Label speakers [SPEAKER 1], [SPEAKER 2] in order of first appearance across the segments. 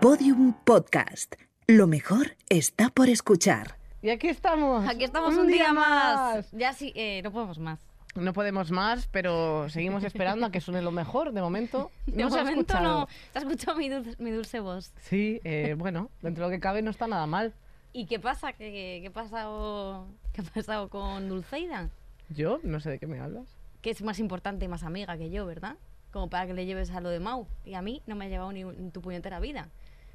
[SPEAKER 1] Podium Podcast. Lo mejor está por escuchar.
[SPEAKER 2] Y aquí estamos.
[SPEAKER 3] Aquí estamos un, día, más. Ya sí, eh, no podemos más.
[SPEAKER 2] No podemos más, pero seguimos esperando a que suene lo mejor. De momento
[SPEAKER 3] De
[SPEAKER 2] no se ha
[SPEAKER 3] momento
[SPEAKER 2] escuchado.
[SPEAKER 3] no. Te has escuchado mi dulce, mi dulce voz.
[SPEAKER 2] Sí, eh, bueno, dentro de lo que cabe no está nada mal.
[SPEAKER 3] ¿Y qué pasa? ¿Qué, qué, ha pasado, ¿Qué ha pasado con Dulceida?
[SPEAKER 2] Yo no sé de qué me hablas.
[SPEAKER 3] Que es más importante y más amiga que yo, ¿verdad? Como para que le lleves a lo de Mau. Y a mí no me ha llevado ni un- tu puñetera vida.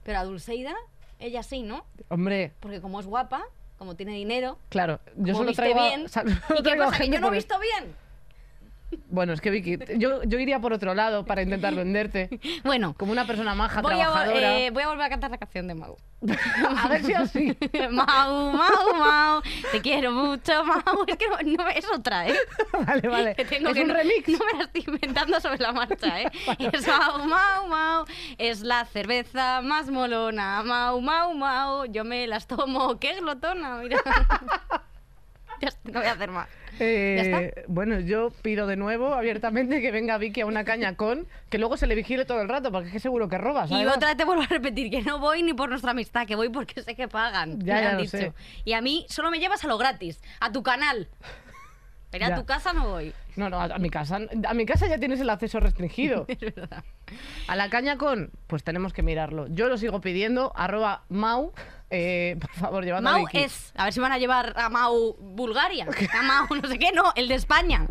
[SPEAKER 3] Pero a Dulceida, ella sí, ¿no?
[SPEAKER 2] Hombre,
[SPEAKER 3] Porque como es guapa, como tiene dinero,
[SPEAKER 2] claro, yo
[SPEAKER 3] como
[SPEAKER 2] solo
[SPEAKER 3] viste
[SPEAKER 2] traigo, a-
[SPEAKER 3] bien.
[SPEAKER 2] sal-
[SPEAKER 3] ¿Y qué
[SPEAKER 2] traigo a
[SPEAKER 3] pasa? ¿Que
[SPEAKER 2] gente
[SPEAKER 3] yo no he
[SPEAKER 2] por-
[SPEAKER 3] visto bien?
[SPEAKER 2] Bueno, es que Vicky, t- yo, yo iría por otro lado para intentar venderte.
[SPEAKER 3] Bueno,
[SPEAKER 2] Como una persona maja,
[SPEAKER 3] voy a, vol-
[SPEAKER 2] trabajadora.
[SPEAKER 3] eh, voy a volver a cantar la canción de Mau.
[SPEAKER 2] a ver si así.
[SPEAKER 3] Mau, Mau, Mau, te quiero mucho, Mau. Es que no, no, es otra, ¿eh?
[SPEAKER 2] vale, vale.
[SPEAKER 3] Que tengo
[SPEAKER 2] es
[SPEAKER 3] que
[SPEAKER 2] un
[SPEAKER 3] no,
[SPEAKER 2] remix.
[SPEAKER 3] No me la estoy inventando sobre la marcha, ¿eh? Es Mau, Mau, Mau. Es la cerveza más molona. Mau, Mau, Mau. Yo me las tomo. ¡Qué glotona! Mira. ya está, no voy a hacer más. ¿Ya
[SPEAKER 2] Eh, bueno, yo pido de nuevo abiertamente que venga Vicky a una caña con, que luego se le vigile todo el rato, porque es que seguro que robas.
[SPEAKER 3] Y
[SPEAKER 2] además.
[SPEAKER 3] otra vez te vuelvo a repetir que no voy ni por nuestra amistad, que voy porque sé que pagan.
[SPEAKER 2] Ya,
[SPEAKER 3] me
[SPEAKER 2] ya
[SPEAKER 3] han
[SPEAKER 2] lo
[SPEAKER 3] dicho.
[SPEAKER 2] sé.
[SPEAKER 3] Y a mí solo me llevas a lo gratis, a tu canal. Pero
[SPEAKER 2] Ya.
[SPEAKER 3] a tu casa no voy.
[SPEAKER 2] No, no, a, a mi casa, a mi casa ya tienes el acceso restringido. A la caña con, pues tenemos que mirarlo. Yo lo sigo pidiendo, arroba Mau, eh, por favor, llevando
[SPEAKER 3] Mau es. A ver si me van a llevar a Mau Bulgaria. A Mau no sé qué, no, el de España.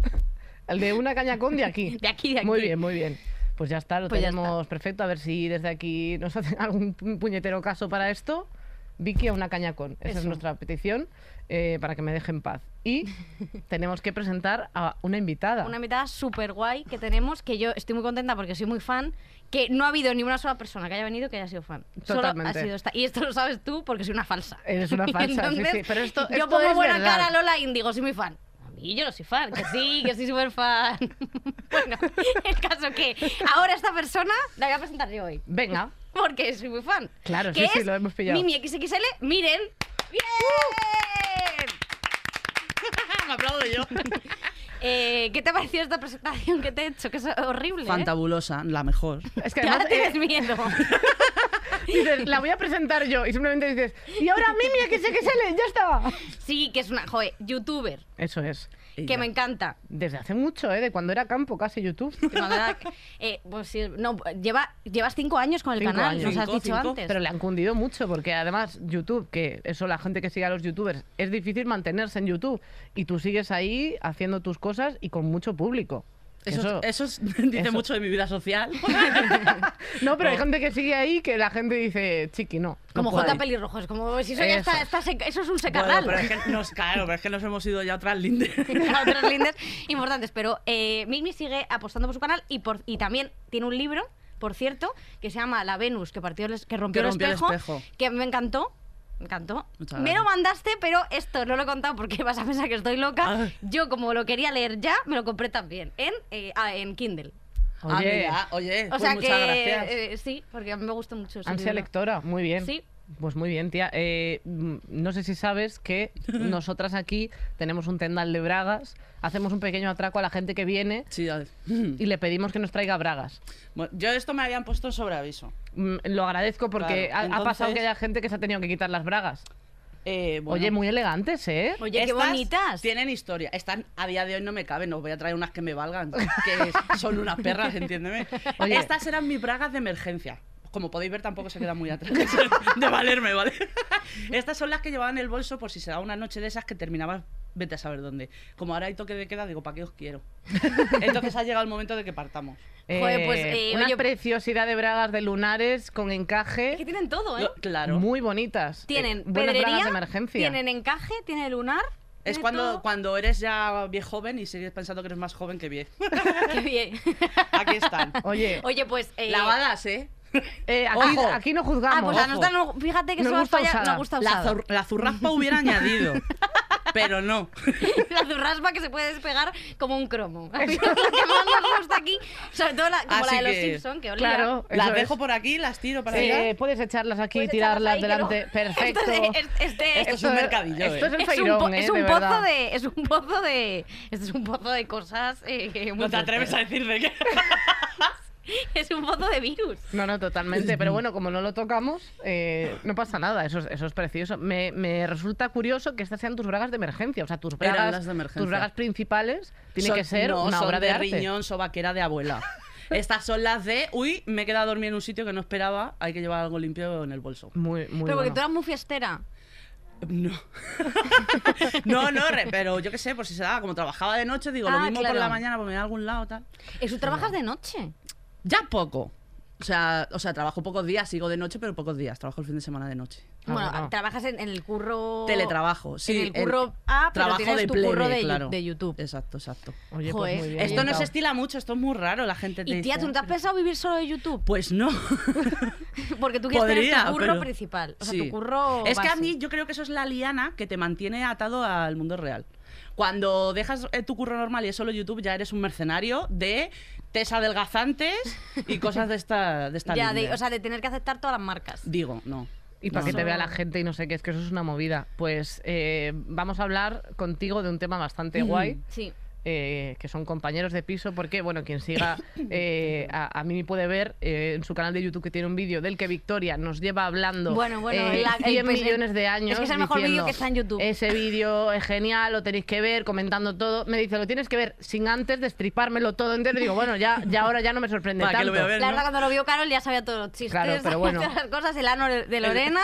[SPEAKER 2] El de una caña con de aquí.
[SPEAKER 3] De aquí, de aquí.
[SPEAKER 2] Muy bien, muy bien. Pues ya está, lo
[SPEAKER 3] Pues ya
[SPEAKER 2] tenemos perfecto. A ver si desde aquí nos hacen algún pu- puñetero caso para esto. Vicky a una caña con. Esa es
[SPEAKER 3] Eso.
[SPEAKER 2] nuestra petición eh, para que me dejen paz. Y tenemos que presentar a una invitada.
[SPEAKER 3] Una invitada súper guay que tenemos, que yo estoy muy contenta porque soy muy fan, que no ha habido ni una sola persona que haya venido que haya sido fan. Solo ha
[SPEAKER 2] Totalmente.
[SPEAKER 3] sido esta. Y esto lo sabes tú porque soy una falsa.
[SPEAKER 2] Eres una falsa, sí,
[SPEAKER 3] Entonces,
[SPEAKER 2] sí, pero esto-
[SPEAKER 3] yo
[SPEAKER 2] esto
[SPEAKER 3] pongo
[SPEAKER 2] es
[SPEAKER 3] buena
[SPEAKER 2] verdad.
[SPEAKER 3] cara a Lola y digo, soy muy fan. A mí yo no soy fan, que sí, que soy súper fan. bueno, el caso que ahora esta persona la voy a presentar yo hoy.
[SPEAKER 2] Venga.
[SPEAKER 3] porque soy muy fan.
[SPEAKER 2] Claro,
[SPEAKER 3] que
[SPEAKER 2] sí,
[SPEAKER 3] es
[SPEAKER 2] sí, lo hemos pillado.
[SPEAKER 3] Mimi XXL, miren. ¡Bien!
[SPEAKER 4] Me aplaudo yo.
[SPEAKER 3] Eh, ¿Qué te ha parecido esta presentación que te he hecho? Que es horrible. ¿eh?
[SPEAKER 4] Fantabulosa, la mejor.
[SPEAKER 2] Es que
[SPEAKER 3] Ya
[SPEAKER 2] además, eh,
[SPEAKER 3] tienes miedo.
[SPEAKER 2] dices, la voy a presentar yo. Y simplemente dices, y ahora Mimi, que sé que sale, ya está.
[SPEAKER 3] Sí, que es una joe, youtuber,
[SPEAKER 2] Eso es.
[SPEAKER 3] que me encanta.
[SPEAKER 2] Desde hace mucho, ¿eh? De cuando era campo casi YouTube.
[SPEAKER 3] Que cuando era- eh, pues sí, no, lleva, llevas cinco años con el
[SPEAKER 2] Cinco
[SPEAKER 3] canal,
[SPEAKER 2] años.
[SPEAKER 3] nos has
[SPEAKER 4] Cinco,
[SPEAKER 3] dicho
[SPEAKER 4] cinco.
[SPEAKER 3] antes.
[SPEAKER 2] Pero le han cundido mucho porque además YouTube, que eso la gente que sigue a los youtubers, es difícil mantenerse en YouTube y tú sigues ahí haciendo tus cosas y con mucho público.
[SPEAKER 4] Eso, eso es- dice
[SPEAKER 2] eso.
[SPEAKER 4] mucho de mi vida social.
[SPEAKER 2] No, pero hay gente que sigue ahí que la gente dice, chiqui, no. no
[SPEAKER 3] como
[SPEAKER 2] puedo".
[SPEAKER 3] J. Pelirrojo, es como si eso ya
[SPEAKER 2] Eso.
[SPEAKER 3] está, está seca- eso es un
[SPEAKER 4] Bueno,
[SPEAKER 3] secarral.
[SPEAKER 4] pero es que nos, claro, pero es que nos hemos ido ya atrás, Linde.
[SPEAKER 3] a otras lindes importantes. Pero eh, Mimi sigue apostando por su canal y, por, y también tiene un libro, por cierto, que se llama La Venus, que, partió el es- que rompió,
[SPEAKER 4] Que rompió
[SPEAKER 3] el,
[SPEAKER 4] el
[SPEAKER 3] espejo,
[SPEAKER 4] espejo.
[SPEAKER 3] que me encantó. Me encantó.
[SPEAKER 4] Muchas
[SPEAKER 3] Me
[SPEAKER 4] gracias.
[SPEAKER 3] lo mandaste, pero esto no lo he contado porque vas a pensar que estoy loca.
[SPEAKER 4] Ay.
[SPEAKER 3] Yo, como lo quería leer ya, me lo compré también en, eh, ah, en Kindle.
[SPEAKER 4] Ah,
[SPEAKER 2] Oye,
[SPEAKER 4] mira, oye,
[SPEAKER 3] O
[SPEAKER 4] pues
[SPEAKER 3] sea
[SPEAKER 4] muchas
[SPEAKER 3] que
[SPEAKER 4] gracias.
[SPEAKER 3] eh, sí, porque a mí me gusta mucho. ese
[SPEAKER 2] ansia
[SPEAKER 3] libro.
[SPEAKER 2] lectora, muy bien.
[SPEAKER 3] Sí.
[SPEAKER 2] Pues muy bien, tía. Eh, mm, no sé si sabes que nosotras aquí tenemos un tendal de bragas, hacemos un pequeño atraco a la gente que viene
[SPEAKER 4] Sí, ya-
[SPEAKER 2] y le pedimos que nos traiga bragas.
[SPEAKER 4] Bueno, yo esto me habían puesto en sobreaviso.
[SPEAKER 2] Mm, Lo agradezco porque
[SPEAKER 4] Claro,
[SPEAKER 2] ha- ha, pasado
[SPEAKER 4] entonces-
[SPEAKER 2] que haya gente que se ha tenido que quitar las bragas.
[SPEAKER 4] Eh, bueno,
[SPEAKER 2] Oye, muy elegantes, ¿eh?
[SPEAKER 3] Oye, qué
[SPEAKER 4] estas
[SPEAKER 3] bonitas.
[SPEAKER 4] Tienen historia. Están a día de hoy no me caben. Os voy a traer unas que me valgan. Que son unas perras, entiéndeme.
[SPEAKER 2] Oye.
[SPEAKER 4] Estas eran mis bragas de emergencia. Como podéis ver, tampoco se queda muy atrás de valerme, ¿vale? Estas son las que llevaban el bolso por si se da una noche de esas que terminaba vete a saber dónde. Como ahora hay toque de queda, digo, ¿para qué os quiero? Entonces ha llegado el momento de que partamos.
[SPEAKER 3] Joder, pues, eh,
[SPEAKER 2] una
[SPEAKER 3] oye-
[SPEAKER 2] preciosidad de bragas de lunares con encaje.
[SPEAKER 3] Es que tienen todo, ¿eh?
[SPEAKER 4] Lo- claro.
[SPEAKER 2] Muy bonitas.
[SPEAKER 3] Tienen
[SPEAKER 2] Eh, buenas
[SPEAKER 3] pedrería,
[SPEAKER 2] bragas de emergencia.
[SPEAKER 3] tienen encaje, tienen lunar.
[SPEAKER 4] Es
[SPEAKER 3] tienen
[SPEAKER 4] cuando,
[SPEAKER 3] todo.
[SPEAKER 4] cuando eres ya bien joven y sigues pensando que eres más joven que bien.
[SPEAKER 3] Qué bien.
[SPEAKER 4] Aquí están.
[SPEAKER 2] Oye,
[SPEAKER 3] Oye, pues. eh,
[SPEAKER 4] Lavadas, ¿eh?
[SPEAKER 2] eh, aquí,
[SPEAKER 4] ojo.
[SPEAKER 2] aquí no juzgamos.
[SPEAKER 3] Ah, pues a
[SPEAKER 4] Ojo.
[SPEAKER 3] nosotros no- fíjate que
[SPEAKER 2] Nos
[SPEAKER 3] eso va a
[SPEAKER 2] gusta
[SPEAKER 3] fallar,
[SPEAKER 2] usada.
[SPEAKER 3] nos gusta
[SPEAKER 4] La,
[SPEAKER 3] usada.
[SPEAKER 4] zur- la zurraspa hubiera añadido, pero no.
[SPEAKER 3] La zurraspa que se puede despegar como un cromo. A mí es la que más nos gusta aquí, sobre todo la, como
[SPEAKER 4] Así
[SPEAKER 3] la de los
[SPEAKER 4] que-
[SPEAKER 3] Simpsons, que olía.
[SPEAKER 2] claro,
[SPEAKER 4] Las
[SPEAKER 2] eso es.
[SPEAKER 4] dejo por aquí, las tiro para
[SPEAKER 2] Sí, eh,
[SPEAKER 4] allá.
[SPEAKER 2] puedes echarlas aquí y
[SPEAKER 3] Puedes
[SPEAKER 2] tirarlas
[SPEAKER 3] Pues echarlas ahí,
[SPEAKER 2] delante.
[SPEAKER 3] pero-
[SPEAKER 2] Perfecto.
[SPEAKER 3] Este, este- este-
[SPEAKER 4] Esto es un mercadillo,
[SPEAKER 2] Esto es
[SPEAKER 4] eh.
[SPEAKER 2] el
[SPEAKER 3] es un,
[SPEAKER 2] feirón,
[SPEAKER 3] po-
[SPEAKER 2] eh,
[SPEAKER 3] es un
[SPEAKER 2] de
[SPEAKER 3] pozo
[SPEAKER 2] verdad.
[SPEAKER 3] de. Es un pozo de. Este es un pozo de cosas. eh, muy
[SPEAKER 4] No te
[SPEAKER 3] fuertes.
[SPEAKER 4] atreves a decir de qué.
[SPEAKER 3] es un pozo de virus.
[SPEAKER 2] No, no, totalmente. Pero bueno, como no lo tocamos, eh, no pasa nada. Eso es, eso es precioso. Me, me resulta curioso que estas sean tus bragas de emergencia. O sea, tus
[SPEAKER 4] Eran
[SPEAKER 2] bragas,
[SPEAKER 4] las de emergencia.
[SPEAKER 2] tus bragas principales tiene
[SPEAKER 4] Son-
[SPEAKER 2] que ser
[SPEAKER 4] no,
[SPEAKER 2] una
[SPEAKER 4] son
[SPEAKER 2] obra de,
[SPEAKER 4] de
[SPEAKER 2] arte.
[SPEAKER 4] riñón, sobaquera de abuela. Estas son las de, uy, me he quedado dormida en un sitio que no esperaba, hay que llevar algo limpio en el bolso.
[SPEAKER 2] Muy, muy
[SPEAKER 3] Pero porque
[SPEAKER 2] bueno.
[SPEAKER 3] tú eras muy fiestera.
[SPEAKER 4] No. no, no, re- pero yo qué sé, por si se da, como trabajaba de noche, digo, lo
[SPEAKER 3] Ah,
[SPEAKER 4] mismo por
[SPEAKER 3] claro.
[SPEAKER 4] la mañana, por me voy a algún lado, tal.
[SPEAKER 3] Eso Eh, trabajas de noche.
[SPEAKER 4] Ya poco. O sea, o sea, trabajo pocos días, sigo de noche, pero pocos días. Trabajo el fin de semana de noche.
[SPEAKER 2] Ah,
[SPEAKER 3] bueno,
[SPEAKER 2] bueno.
[SPEAKER 3] trabajas en, en el curro.
[SPEAKER 4] Teletrabajo, sí.
[SPEAKER 3] en el curro A, pero
[SPEAKER 4] trabajo
[SPEAKER 3] tienes
[SPEAKER 4] de
[SPEAKER 3] tu
[SPEAKER 4] plebe,
[SPEAKER 3] curro de, Yu-
[SPEAKER 4] claro.
[SPEAKER 3] de YouTube.
[SPEAKER 4] Exacto, exacto.
[SPEAKER 2] Oye,
[SPEAKER 3] Joder.
[SPEAKER 2] pues muy bien.
[SPEAKER 4] Esto no se
[SPEAKER 2] Orientado.
[SPEAKER 4] estila mucho, esto es muy raro, la gente te
[SPEAKER 3] Y tía,
[SPEAKER 4] dice,
[SPEAKER 3] ¿tú no te
[SPEAKER 4] "Ah,
[SPEAKER 3] has pensado vivir solo de YouTube?
[SPEAKER 4] Pues no.
[SPEAKER 3] Porque tú quieres tener
[SPEAKER 4] Podría,
[SPEAKER 3] tu curro
[SPEAKER 4] pero-
[SPEAKER 3] principal. O sea,
[SPEAKER 4] Sí.
[SPEAKER 3] tu curro.
[SPEAKER 4] Es que a
[SPEAKER 3] base.
[SPEAKER 4] mí yo creo que eso es la liana que te mantiene atado al mundo real. Cuando dejas eh, tu curro normal y es solo YouTube, ya eres un mercenario de test adelgazantes y cosas de esta, de esta
[SPEAKER 3] Ya, de,
[SPEAKER 4] línea.
[SPEAKER 3] o sea, de tener que aceptar todas las marcas.
[SPEAKER 4] Digo, no.
[SPEAKER 2] Y para
[SPEAKER 4] No,
[SPEAKER 2] que
[SPEAKER 4] no.
[SPEAKER 2] te vea la gente y no sé qué, es que eso es una movida. Pues eh, vamos a hablar contigo de un tema bastante guay,
[SPEAKER 3] Mm, Sí.
[SPEAKER 2] eh, que son compañeros de piso, porque, bueno, quien siga eh, a, a Mimi puede ver eh, en su canal de YouTube que tiene un vídeo del que Victoria nos lleva hablando
[SPEAKER 3] Bueno, bueno,
[SPEAKER 2] eh,
[SPEAKER 3] la- el
[SPEAKER 2] 100
[SPEAKER 3] pes-
[SPEAKER 2] millones de años.
[SPEAKER 3] es que es el mejor vídeo
[SPEAKER 2] diciendo,
[SPEAKER 3] que está en YouTube.
[SPEAKER 2] Ese vídeo es genial, lo tenéis que ver, comentando todo. Me dice, lo tienes que ver sin antes destripármelo todo entero. Y digo, bueno, ya, ya ahora ya no me sorprende
[SPEAKER 4] ¿Para qué
[SPEAKER 2] tanto.
[SPEAKER 4] lo voy a ver?
[SPEAKER 3] La
[SPEAKER 4] ¿no?
[SPEAKER 3] verdad, cuando lo vio Carol ya sabía todos los chistes,
[SPEAKER 2] Claro, pero bueno.
[SPEAKER 3] todas las cosas, el ano de Lorena,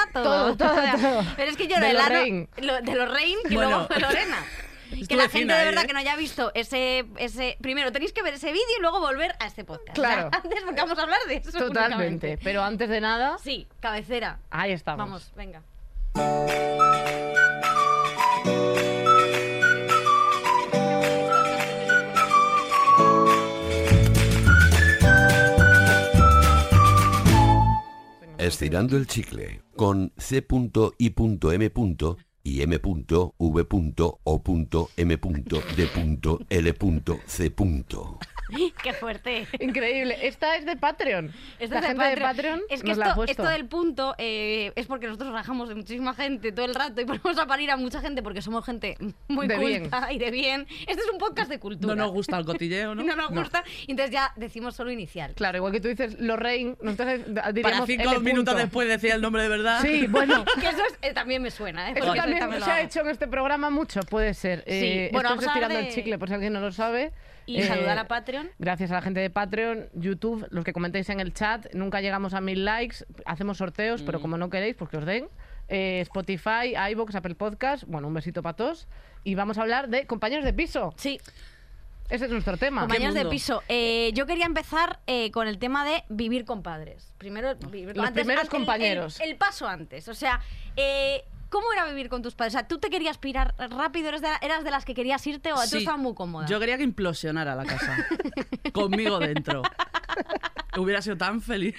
[SPEAKER 2] Todo,
[SPEAKER 3] todo.
[SPEAKER 2] todo,
[SPEAKER 3] O sea,
[SPEAKER 2] todo.
[SPEAKER 3] Pero es que yo
[SPEAKER 2] De
[SPEAKER 3] el ano
[SPEAKER 2] Lorraine.
[SPEAKER 3] lo- de Lorraine y
[SPEAKER 4] Bueno.
[SPEAKER 3] luego de Lorena. Que
[SPEAKER 4] Estuve
[SPEAKER 3] la gente
[SPEAKER 4] fina
[SPEAKER 3] de
[SPEAKER 4] ahí,
[SPEAKER 3] verdad
[SPEAKER 4] ¿eh?
[SPEAKER 3] que no haya visto ese, ese. Primero tenéis que ver ese vídeo y luego volver a este podcast.
[SPEAKER 2] Claro.
[SPEAKER 3] O sea, antes porque vamos a hablar de eso.
[SPEAKER 2] Totalmente.
[SPEAKER 3] únicamente.
[SPEAKER 2] Pero antes de nada,
[SPEAKER 3] Sí, cabecera.
[SPEAKER 2] ahí estamos.
[SPEAKER 3] Vamos, venga.
[SPEAKER 5] Estirando el chicle con C.I.M. y M.V.O.M.D.L.C.
[SPEAKER 3] Qué fuerte.
[SPEAKER 2] Increíble. Esta es de Patreon.
[SPEAKER 3] Esto
[SPEAKER 2] la
[SPEAKER 3] es de
[SPEAKER 2] gente de Patreon
[SPEAKER 3] Es que
[SPEAKER 2] nos la ha
[SPEAKER 3] esto,
[SPEAKER 2] puesto.
[SPEAKER 3] esto del punto eh, es porque nosotros rajamos de muchísima gente todo el rato y ponemos a parir a mucha gente porque somos gente muy
[SPEAKER 2] De bien.
[SPEAKER 3] culta y de bien. Este es un podcast de cultura.
[SPEAKER 4] No nos gusta el cotilleo, ¿no?
[SPEAKER 3] No nos gusta. Y entonces ya decimos solo inicial.
[SPEAKER 2] Claro, igual que tú dices Lorraine, nosotros diríamos
[SPEAKER 4] Para cinco
[SPEAKER 2] L punto.
[SPEAKER 4] minutos después decir el nombre de verdad.
[SPEAKER 2] Sí, bueno.
[SPEAKER 3] Que eso es- eh, también me suena. ¿eh?
[SPEAKER 2] Eso
[SPEAKER 3] Porque
[SPEAKER 2] también
[SPEAKER 3] lo
[SPEAKER 2] se ha
[SPEAKER 3] hago.
[SPEAKER 2] hecho en este programa mucho, puede ser. Eh,
[SPEAKER 3] bueno,
[SPEAKER 2] esto
[SPEAKER 3] vamos a
[SPEAKER 2] es
[SPEAKER 3] hablar
[SPEAKER 2] estirando
[SPEAKER 3] de-
[SPEAKER 2] el chicle, por si alguien no lo sabe.
[SPEAKER 3] Y
[SPEAKER 2] Eh,
[SPEAKER 3] saludar a Patreon.
[SPEAKER 2] Gracias a la gente de Patreon, YouTube, los que comentéis en el chat. Nunca llegamos a mil likes, hacemos sorteos,
[SPEAKER 3] Mm.
[SPEAKER 2] pero como no queréis, pues que os den. Eh, Spotify, iBox, Apple Podcast. Bueno, un besito para todos. Y vamos a hablar de compañeros de piso.
[SPEAKER 3] Sí,
[SPEAKER 2] Ese es nuestro tema.
[SPEAKER 3] compañeros de
[SPEAKER 4] mundo.
[SPEAKER 3] piso. Eh, yo quería empezar eh, con el tema de vivir con padres. Primero, vivir con
[SPEAKER 2] Los primeros
[SPEAKER 3] el- el-
[SPEAKER 2] compañeros.
[SPEAKER 3] El, paso antes. O sea, eh, ¿cómo era vivir con tus padres? O sea, ¿tú te querías pirar rápido? ¿Eras de, la- eras de las que querías irte o Oh, tú
[SPEAKER 4] Sí.
[SPEAKER 3] estabas muy cómoda?
[SPEAKER 4] Yo quería que implosionara la casa. Conmigo dentro. Hubiera sido tan feliz.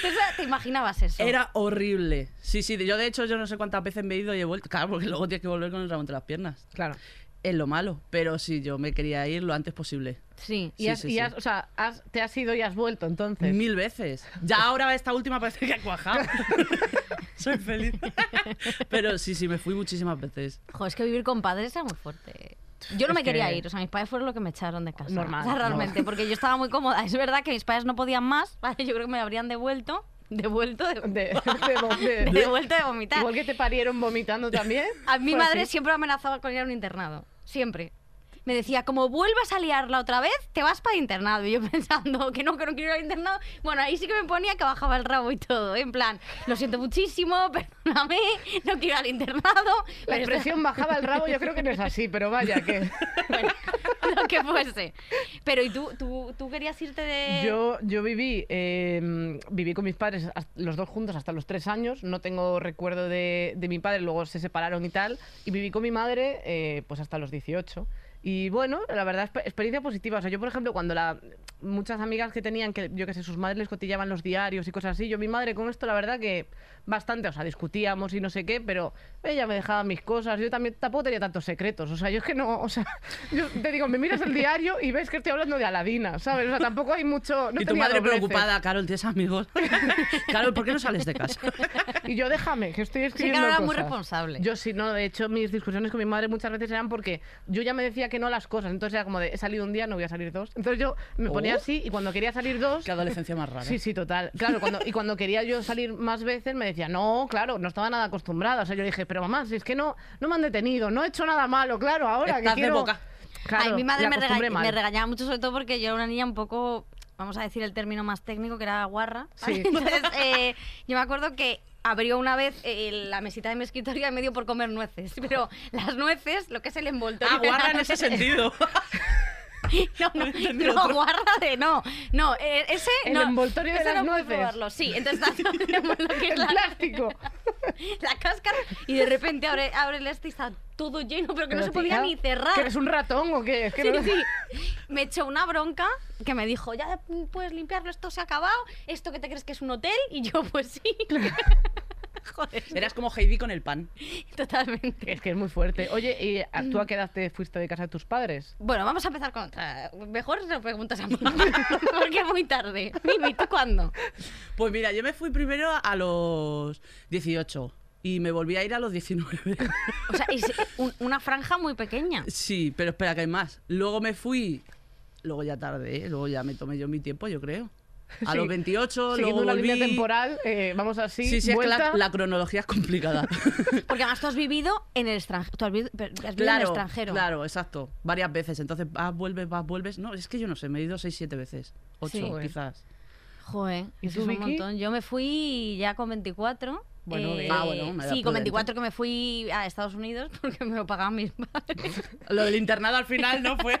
[SPEAKER 3] ¿Tú esa- ¿Te imaginabas eso?
[SPEAKER 4] Era horrible. Sí, sí. Yo, de hecho, yo no sé cuántas veces me he ido y he vuelto. Claro, porque luego tienes que volver con el rabo entre las piernas.
[SPEAKER 2] Claro.
[SPEAKER 4] Es lo malo. Pero sí, yo me quería ir lo antes posible.
[SPEAKER 3] Sí.
[SPEAKER 2] Y,
[SPEAKER 4] Sí,
[SPEAKER 2] has,
[SPEAKER 4] sí,
[SPEAKER 2] y
[SPEAKER 4] sí.
[SPEAKER 2] has- o sea, has- te has ido y has vuelto, entonces.
[SPEAKER 4] Mil veces. Ya ahora esta última parece que ha cuajado. Soy feliz. Pero sí, sí, me fui muchísimas veces.
[SPEAKER 3] Joder, es que vivir con padres era muy fuerte. Yo no me
[SPEAKER 2] Es
[SPEAKER 3] quería
[SPEAKER 2] que-
[SPEAKER 3] ir, o sea, mis padres fueron los que me echaron de casa.
[SPEAKER 2] Normal,
[SPEAKER 3] O sea, realmente,
[SPEAKER 2] normal.
[SPEAKER 3] porque yo estaba muy cómoda. Es verdad que mis padres no podían más, ¿vale? Yo creo que me habrían devuelto, devuelto, de-
[SPEAKER 2] De- de- de-
[SPEAKER 3] devuelto de vomitar.
[SPEAKER 2] Igual que te parieron vomitando también. Pues
[SPEAKER 3] A mi
[SPEAKER 2] Fue
[SPEAKER 3] madre
[SPEAKER 2] así.
[SPEAKER 3] siempre me amenazaba con ir a un internado. Siempre. Me decía, como vuelvas a liarla otra vez, te vas para internado. Y yo pensando que no, que no quiero ir al internado. Bueno, ahí sí que me ponía que bajaba el rabo y todo. En plan, lo siento muchísimo, perdóname, no quiero ir al internado.
[SPEAKER 2] La
[SPEAKER 3] pero esto-
[SPEAKER 2] expresión bajaba el rabo, yo creo que no es así, pero vaya que...
[SPEAKER 3] bueno, lo que fuese. Pero, ¿y tú, tú, tú querías irte de...?
[SPEAKER 2] Yo, yo viví, eh, viví con mis padres has- los dos juntos hasta los tres años. No tengo recuerdo de, de mi padre, luego se separaron y tal. Y viví con mi madre eh, pues hasta los 18. Y bueno, la verdad, exper- experiencia positiva. O sea, yo, por ejemplo, cuando la, muchas amigas que tenían, que yo que sé, sus madres les cotillaban los diarios y cosas así, yo mi madre con esto, la verdad que bastante, o sea, discutíamos y no sé qué, pero ella me dejaba mis cosas. Yo también tampoco tenía tantos secretos. O sea, yo es que no, o sea, yo te digo, me miras el diario y ves que estoy hablando de Aladina, ¿sabes? O sea, tampoco hay mucho. no
[SPEAKER 4] y tu
[SPEAKER 2] tenía
[SPEAKER 4] madre
[SPEAKER 2] dobleces.
[SPEAKER 4] preocupada, Carol, tienes amigos. Carol, ¿por qué no sales de casa?
[SPEAKER 2] Y yo déjame, que estoy escribiendo.
[SPEAKER 3] era muy
[SPEAKER 2] cosas.
[SPEAKER 3] responsable.
[SPEAKER 2] Yo sí, no, de hecho, mis discusiones con mi madre muchas veces eran porque yo ya me decía que no a las cosas. Entonces era como de, he salido un día, no voy a salir dos. Entonces yo me ponía
[SPEAKER 4] Oh.
[SPEAKER 2] así y cuando quería salir dos...
[SPEAKER 4] Qué adolescencia más rara.
[SPEAKER 2] Sí, sí, total. Claro, cuando, y cuando quería yo salir más veces me decía, no, claro, no estaba nada acostumbrada. O sea, yo dije, pero mamá, si es que no, no me han detenido, no he hecho nada malo, claro, ahora
[SPEAKER 4] Estás
[SPEAKER 2] que
[SPEAKER 4] de
[SPEAKER 2] quiero...
[SPEAKER 4] boca.
[SPEAKER 2] Claro,
[SPEAKER 3] Ay, mi madre
[SPEAKER 2] la
[SPEAKER 3] me, rega-
[SPEAKER 2] acostumbré mal.
[SPEAKER 3] me regañaba mucho, sobre todo porque yo era una niña un poco, vamos a decir el término más técnico, que era guarra. ¿vale?
[SPEAKER 2] Sí.
[SPEAKER 3] Entonces, eh, yo me acuerdo que abrió una vez eh, la mesita de mi escritorio y me dio por comer nueces. Pero las nueces, lo que es el envoltorio.
[SPEAKER 4] Ah,
[SPEAKER 3] de la
[SPEAKER 4] guarra en ese
[SPEAKER 3] nuez-
[SPEAKER 4] sentido.
[SPEAKER 3] No, no,
[SPEAKER 4] he entendido
[SPEAKER 3] no,
[SPEAKER 4] otro.
[SPEAKER 3] guarra de no. No, eh, ese.
[SPEAKER 2] El
[SPEAKER 3] no,
[SPEAKER 2] envoltorio de
[SPEAKER 3] ese
[SPEAKER 2] las
[SPEAKER 3] no pude
[SPEAKER 2] nueces.
[SPEAKER 3] probarlo, sí. Entonces, hacemos lo que es
[SPEAKER 2] El
[SPEAKER 3] la,
[SPEAKER 2] plástico.
[SPEAKER 3] la cáscara y de repente abre, abre el este y está todo lleno, pero que no
[SPEAKER 2] Pero,
[SPEAKER 3] se podía
[SPEAKER 2] tía,
[SPEAKER 3] ni cerrar.
[SPEAKER 2] ¿Que eres un ratón o qué? Es que
[SPEAKER 3] Sí,
[SPEAKER 2] no-
[SPEAKER 3] sí. Me echó una bronca que me dijo, ya puedes limpiarlo, esto se ha acabado, esto que te crees que es un hotel, y yo pues sí. Joder,
[SPEAKER 4] Eras como Heidi con el pan.
[SPEAKER 3] totalmente.
[SPEAKER 2] Es que es muy fuerte. Oye, ¿y a-
[SPEAKER 3] Mm.
[SPEAKER 2] tú a qué edad te fuiste de casa de tus padres?
[SPEAKER 3] Bueno, vamos a empezar con otra. Mejor se lo preguntas a mí, porque es muy tarde. Mimi, ¿tú cuándo?
[SPEAKER 4] Pues mira, yo me fui primero a los 18 y me volví a ir a los 19.
[SPEAKER 3] O sea, es un- una franja muy pequeña.
[SPEAKER 4] Sí, pero espera que hay más. Luego me fui, luego ya tarde, ¿eh? luego ya me tomé yo mi tiempo, yo creo. A
[SPEAKER 2] Sí,
[SPEAKER 4] los 28, luego
[SPEAKER 2] Siguiendo una
[SPEAKER 4] volví.
[SPEAKER 2] línea temporal, eh, vamos así,
[SPEAKER 4] Sí, sí, es que la-
[SPEAKER 2] vuelta.
[SPEAKER 4] la cronología es complicada.
[SPEAKER 3] Porque además tú has vivido en el extranjero. Tú has vivido, pero has vivido en el extranjero.
[SPEAKER 4] Claro, exacto. Varias veces. Entonces vas, vuelves, vas, vuelves. No, es que yo no sé, me he ido seis, siete veces. Ocho,
[SPEAKER 3] Sí.
[SPEAKER 2] Joder.
[SPEAKER 4] quizás.
[SPEAKER 3] Joder,
[SPEAKER 2] ¿Y
[SPEAKER 3] eso
[SPEAKER 2] tú,
[SPEAKER 3] es un
[SPEAKER 2] Vicky?
[SPEAKER 3] montón. Yo me fui ya con 24.
[SPEAKER 2] Bueno,
[SPEAKER 3] eh,
[SPEAKER 2] bien.
[SPEAKER 4] Ah, bueno, una edad
[SPEAKER 3] sí, con
[SPEAKER 4] prudente.
[SPEAKER 3] 24 que me fui a Estados Unidos porque me lo pagaban mis padres.
[SPEAKER 4] Lo del internado al final no fue.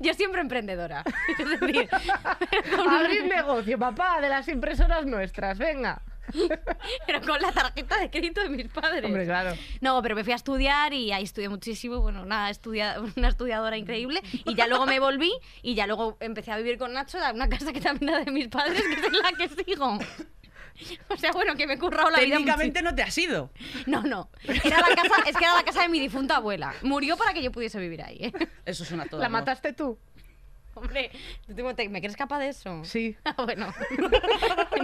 [SPEAKER 3] Yo siempre emprendedora. Es decir, pero con,
[SPEAKER 2] Abrir negocio, papá, de las impresoras nuestras, venga.
[SPEAKER 3] pero con la tarjeta de crédito de mis padres.
[SPEAKER 2] Hombre, claro.
[SPEAKER 3] No, pero me fui a estudiar y ahí estudié muchísimo. Bueno, nada, estudia, una estudiadora increíble. Y ya luego me volví y ya luego empecé a vivir con Nacho en una casa que también era de mis padres, que es en la que sigo. O sea, bueno, que me he currado la vida.
[SPEAKER 4] Técnicamente no te has ido.
[SPEAKER 3] muchi- No, no. Era la casa, es que era la casa de mi difunta abuela. Murió para que yo pudiese vivir ahí. ¿eh?
[SPEAKER 4] Eso es una toda.
[SPEAKER 2] ¿La
[SPEAKER 4] ¿no?
[SPEAKER 2] mataste tú?
[SPEAKER 3] Hombre, ¿tú te- te- ¿me crees capaz de
[SPEAKER 4] Mm.
[SPEAKER 3] eso?
[SPEAKER 2] Sí.
[SPEAKER 3] Ah, bueno.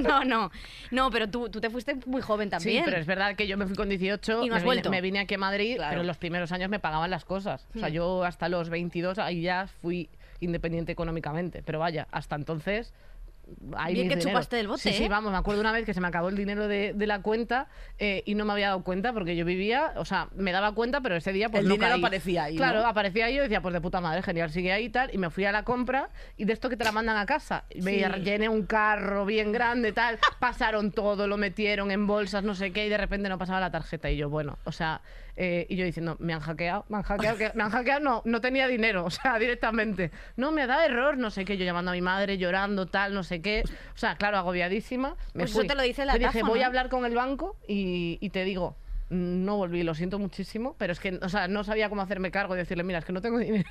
[SPEAKER 3] no, no. No, pero tú, tú te fuiste muy joven también.
[SPEAKER 2] Sí, pero es verdad que yo me fui con 18 me
[SPEAKER 3] Y no has
[SPEAKER 2] vine-
[SPEAKER 3] vuelto.
[SPEAKER 2] me vine aquí a Madrid,
[SPEAKER 4] Claro.
[SPEAKER 2] pero los primeros años me pagaban las cosas. O
[SPEAKER 3] Hmm.
[SPEAKER 2] sea, yo hasta los 22 ahí ya fui independiente económicamente, pero vaya, hasta entonces ahí
[SPEAKER 3] Bien
[SPEAKER 2] mis
[SPEAKER 3] que
[SPEAKER 2] dineros.
[SPEAKER 3] chupaste del bote,
[SPEAKER 2] Sí, sí,
[SPEAKER 3] ¿eh?
[SPEAKER 2] vamos, me acuerdo una vez que se me acabó el dinero de, de la cuenta eh, y no me había dado cuenta porque yo vivía, o sea, me daba cuenta, pero ese día pues
[SPEAKER 4] El
[SPEAKER 2] no
[SPEAKER 4] dinero
[SPEAKER 2] caí.
[SPEAKER 4] aparecía ahí, ¿no?
[SPEAKER 2] Claro, aparecía ahí y yo decía, pues de puta madre, genial, sigue ahí y tal, y me fui a la compra y de esto que te la mandan a casa, y me
[SPEAKER 3] Sí.
[SPEAKER 2] llené un carro bien grande, tal, pasaron todo, lo metieron en bolsas, no sé qué, y de repente no pasaba la tarjeta. Y yo, bueno, o sea, eh, y yo diciendo, me han hackeado, me han hackeado, que- me han hackeado, no, no tenía dinero, o sea, directamente. No, me da error, no sé qué, yo llamando a mi madre, llorando, tal, no sé qué. O sea, claro, agobiadísima. Me
[SPEAKER 3] Pues eso
[SPEAKER 2] fui.
[SPEAKER 3] te lo dice la
[SPEAKER 2] Le dije,
[SPEAKER 3] TAFO,
[SPEAKER 2] voy
[SPEAKER 3] ¿no?
[SPEAKER 2] a hablar con el banco y, y te digo. No volví, lo siento muchísimo, pero es que, o sea, no sabía cómo hacerme cargo y decirle, mira, es que no tengo dinero.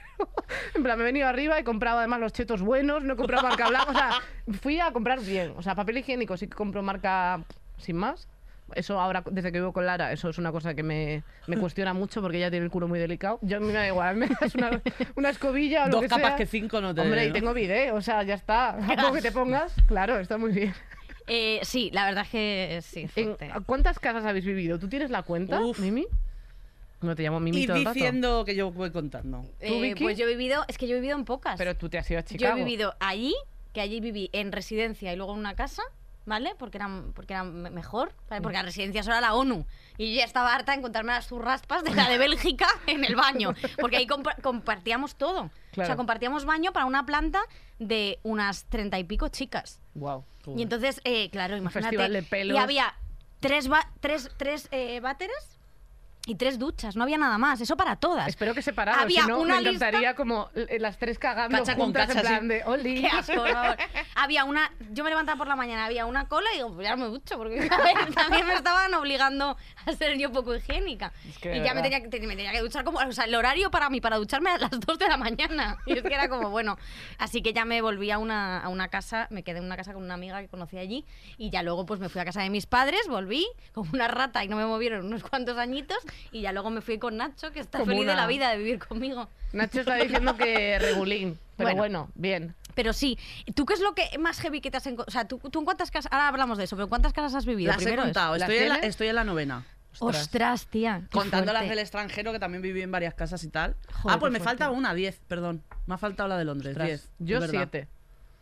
[SPEAKER 2] en plan, me he venido arriba, he comprado además los chetos buenos, no he comprado marca blanca, o sea, fui a comprar bien. O sea, papel higiénico sí que compro marca sin más. Eso ahora, desde que vivo con Lara, eso es una cosa que me, me cuestiona mucho porque ella tiene el culo muy delicado. Yo a mí me da igual, me das una, una escobilla o lo
[SPEAKER 4] Dos
[SPEAKER 2] que
[SPEAKER 4] capas
[SPEAKER 2] sea.
[SPEAKER 4] que cinco no te-
[SPEAKER 2] Hombre, y
[SPEAKER 4] ¿no?
[SPEAKER 2] tengo video, o sea, ya está. Algo que te pongas, claro, está muy bien.
[SPEAKER 3] Eh, sí, la verdad es que sí.
[SPEAKER 2] En-
[SPEAKER 3] fuerte.
[SPEAKER 2] ¿Cuántas casas habéis vivido? ¿Tú tienes la cuenta,
[SPEAKER 4] Uf.
[SPEAKER 2] Mimi? No te llamo Mimi
[SPEAKER 4] Y
[SPEAKER 2] todo el rato.
[SPEAKER 4] diciendo que yo voy contando.
[SPEAKER 3] Eh,
[SPEAKER 2] Vicky?
[SPEAKER 3] pues yo he vivido, es que yo he vivido en pocas.
[SPEAKER 2] Pero tú te has ido a
[SPEAKER 3] yo he
[SPEAKER 2] Chicago.
[SPEAKER 3] vivido allí, que allí viví en residencia y luego en una casa, ¿vale? Porque era, porque era me- mejor, ¿vale? Porque la
[SPEAKER 2] Mm.
[SPEAKER 3] residencia solo era la ONU. Y yo ya estaba harta de encontrarme las zurraspas de la de Bélgica en el baño. Porque ahí compa- compartíamos todo. O sea,
[SPEAKER 2] Claro.
[SPEAKER 3] compartíamos baño para una planta de unas treinta y pico chicas.
[SPEAKER 2] Wow.
[SPEAKER 3] Y entonces, eh, claro, imagínate.
[SPEAKER 2] festival de pelos.
[SPEAKER 3] Y había tres, ba- tres, tres eh, váteres y tres duchas. No había nada más. Eso para todas.
[SPEAKER 2] Espero que separados,
[SPEAKER 3] Había
[SPEAKER 2] si no,
[SPEAKER 3] una
[SPEAKER 2] me
[SPEAKER 3] lista-
[SPEAKER 2] encantaría como eh, las tres cagando
[SPEAKER 4] Cacha con
[SPEAKER 2] juntas
[SPEAKER 4] cacha,
[SPEAKER 2] en plan
[SPEAKER 4] sí.
[SPEAKER 2] de Oli.
[SPEAKER 3] Qué asco, por favor. Había una. Yo me levantaba por la mañana, había una cola y digo, pues ya no me ducho, porque a ver, también me estaban obligando a ser yo poco higiénica.
[SPEAKER 2] Es que de
[SPEAKER 3] y ya me
[SPEAKER 2] verdad.
[SPEAKER 3] tenía, que- te- me tenía que duchar como. O sea, el horario para mí, para ducharme era a las 2 de la mañana. Y es que era como, bueno. Así que ya me volví a una, a una casa, me quedé en una casa con una amiga que conocí allí. Y ya luego, pues me fui a casa de mis padres, volví como una rata y no me movieron unos cuantos añitos. Y ya luego me fui con Nacho, que está
[SPEAKER 2] Como
[SPEAKER 3] feliz de
[SPEAKER 2] una-
[SPEAKER 3] la vida de vivir conmigo.
[SPEAKER 2] Nacho está diciendo que regulín, pero
[SPEAKER 3] Bueno.
[SPEAKER 2] bueno, bien.
[SPEAKER 3] Pero sí, ¿tú qué es lo que más heavy que te has encontrado? O sea, ¿tú, tú en cuántas casas, ahora hablamos de eso, pero ¿en cuántas casas has vivido?
[SPEAKER 4] Las he
[SPEAKER 3] Primero eso.
[SPEAKER 4] contado,
[SPEAKER 2] ¿Las
[SPEAKER 4] estoy en, la,
[SPEAKER 2] tienes?
[SPEAKER 4] estoy en la novena. O
[SPEAKER 2] Ostras.
[SPEAKER 3] Ostras, tía. qué
[SPEAKER 4] Contando las
[SPEAKER 3] fuerte.
[SPEAKER 4] del extranjero, que también viví en varias casas y tal.
[SPEAKER 3] Joder,
[SPEAKER 4] ah, pues
[SPEAKER 3] qué
[SPEAKER 4] me
[SPEAKER 3] fuerte.
[SPEAKER 4] falta una, 10, perdón. Me ha faltado la de Londres,
[SPEAKER 2] Ostras.
[SPEAKER 4] 10.
[SPEAKER 2] Yo
[SPEAKER 4] es verdad.
[SPEAKER 2] siete.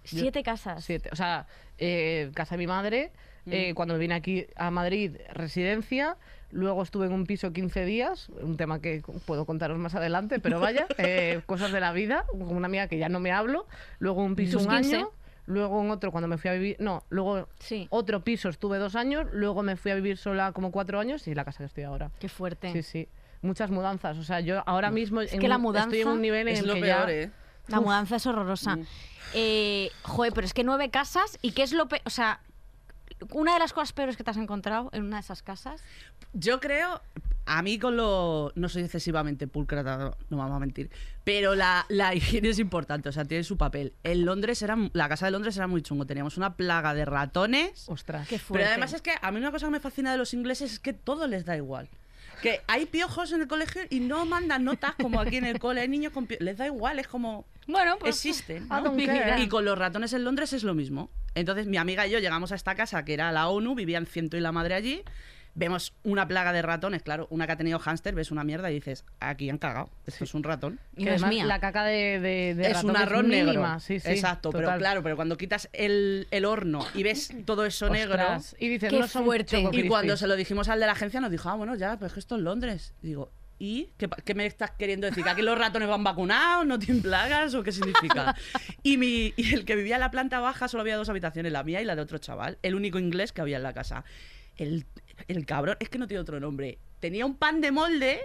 [SPEAKER 3] Siete casas.
[SPEAKER 2] Siete. O sea, eh, casa de mi madre, eh, cuando me vine aquí a Madrid, residencia. Luego estuve en un piso 15 días, un tema que c- puedo contaros más adelante, pero vaya, eh, cosas de la vida, con una amiga que ya no me hablo. Luego un piso
[SPEAKER 3] Tus
[SPEAKER 2] un
[SPEAKER 3] 15.
[SPEAKER 2] año, luego en otro cuando me fui a vivir. No, luego
[SPEAKER 3] Sí.
[SPEAKER 2] otro piso estuve dos años, luego me fui a vivir sola como cuatro años y la casa que estoy ahora.
[SPEAKER 3] Qué fuerte.
[SPEAKER 2] Sí, sí. Muchas mudanzas. O sea, yo ahora mismo en
[SPEAKER 3] que la
[SPEAKER 2] un- estoy en
[SPEAKER 3] mudanza
[SPEAKER 2] un nivel en
[SPEAKER 4] Es
[SPEAKER 2] el
[SPEAKER 4] lo
[SPEAKER 2] que
[SPEAKER 4] peor,
[SPEAKER 2] ya...
[SPEAKER 4] ¿eh?
[SPEAKER 3] La mudanza es horrorosa. Eh, joder, pero es que nueve casas y qué es lo peor. O sea, una de las cosas peores que te has encontrado en una de esas casas.
[SPEAKER 4] Yo creo, a mí con lo... No soy excesivamente pulcra, no, no vamos a mentir, pero la, la higiene es importante, o sea, tiene su papel. En Londres era... La casa de Londres era muy chungo, teníamos una plaga de ratones.
[SPEAKER 2] Ostras.
[SPEAKER 3] Qué fuerte.
[SPEAKER 4] Pero además es que a mí una cosa que me fascina de los ingleses es que todo les da igual. Que hay piojos en el colegio y no mandan notas como aquí en el cole, hay niños con piojos, les da igual, es como...
[SPEAKER 3] Bueno, pues.
[SPEAKER 4] existen.
[SPEAKER 2] I
[SPEAKER 4] ¿no?
[SPEAKER 2] don't care.
[SPEAKER 4] Y con los ratones en Londres es lo mismo. Entonces mi amiga y yo llegamos a esta casa que era la ONU, vivían ciento y la madre allí. Vemos una plaga de ratones, claro, una que ha tenido hámster, ves una mierda y dices, aquí han cagado, esto es un ratón.
[SPEAKER 3] Y
[SPEAKER 2] Que
[SPEAKER 3] no es
[SPEAKER 2] además
[SPEAKER 3] mía.
[SPEAKER 2] La caca de, de, de
[SPEAKER 4] es
[SPEAKER 2] ratón
[SPEAKER 4] un
[SPEAKER 2] que
[SPEAKER 4] arroz negro.
[SPEAKER 2] mínima. Sí, sí,
[SPEAKER 4] Exacto, pero
[SPEAKER 2] total.
[SPEAKER 4] claro, pero cuando quitas el, el horno y ves todo eso negro,
[SPEAKER 2] Ostras, Y dices,
[SPEAKER 3] Qué
[SPEAKER 2] no son
[SPEAKER 3] fuerte.
[SPEAKER 2] Choco
[SPEAKER 4] y
[SPEAKER 2] Crispy.
[SPEAKER 4] cuando se lo dijimos al de la agencia nos dijo, ah, bueno, ya, pues que esto es Londres. Y digo, ¿y qué, pa- qué me estás queriendo decir? ¿Que aquí los ratones van vacunados? ¿No tienen plagas? ¿O qué significa? Y, mi, y el que vivía en la planta baja solo había dos habitaciones, la mía y la de otro chaval, el único inglés que había en la casa. El, el cabrón, es que no tiene otro nombre, tenía un pan de molde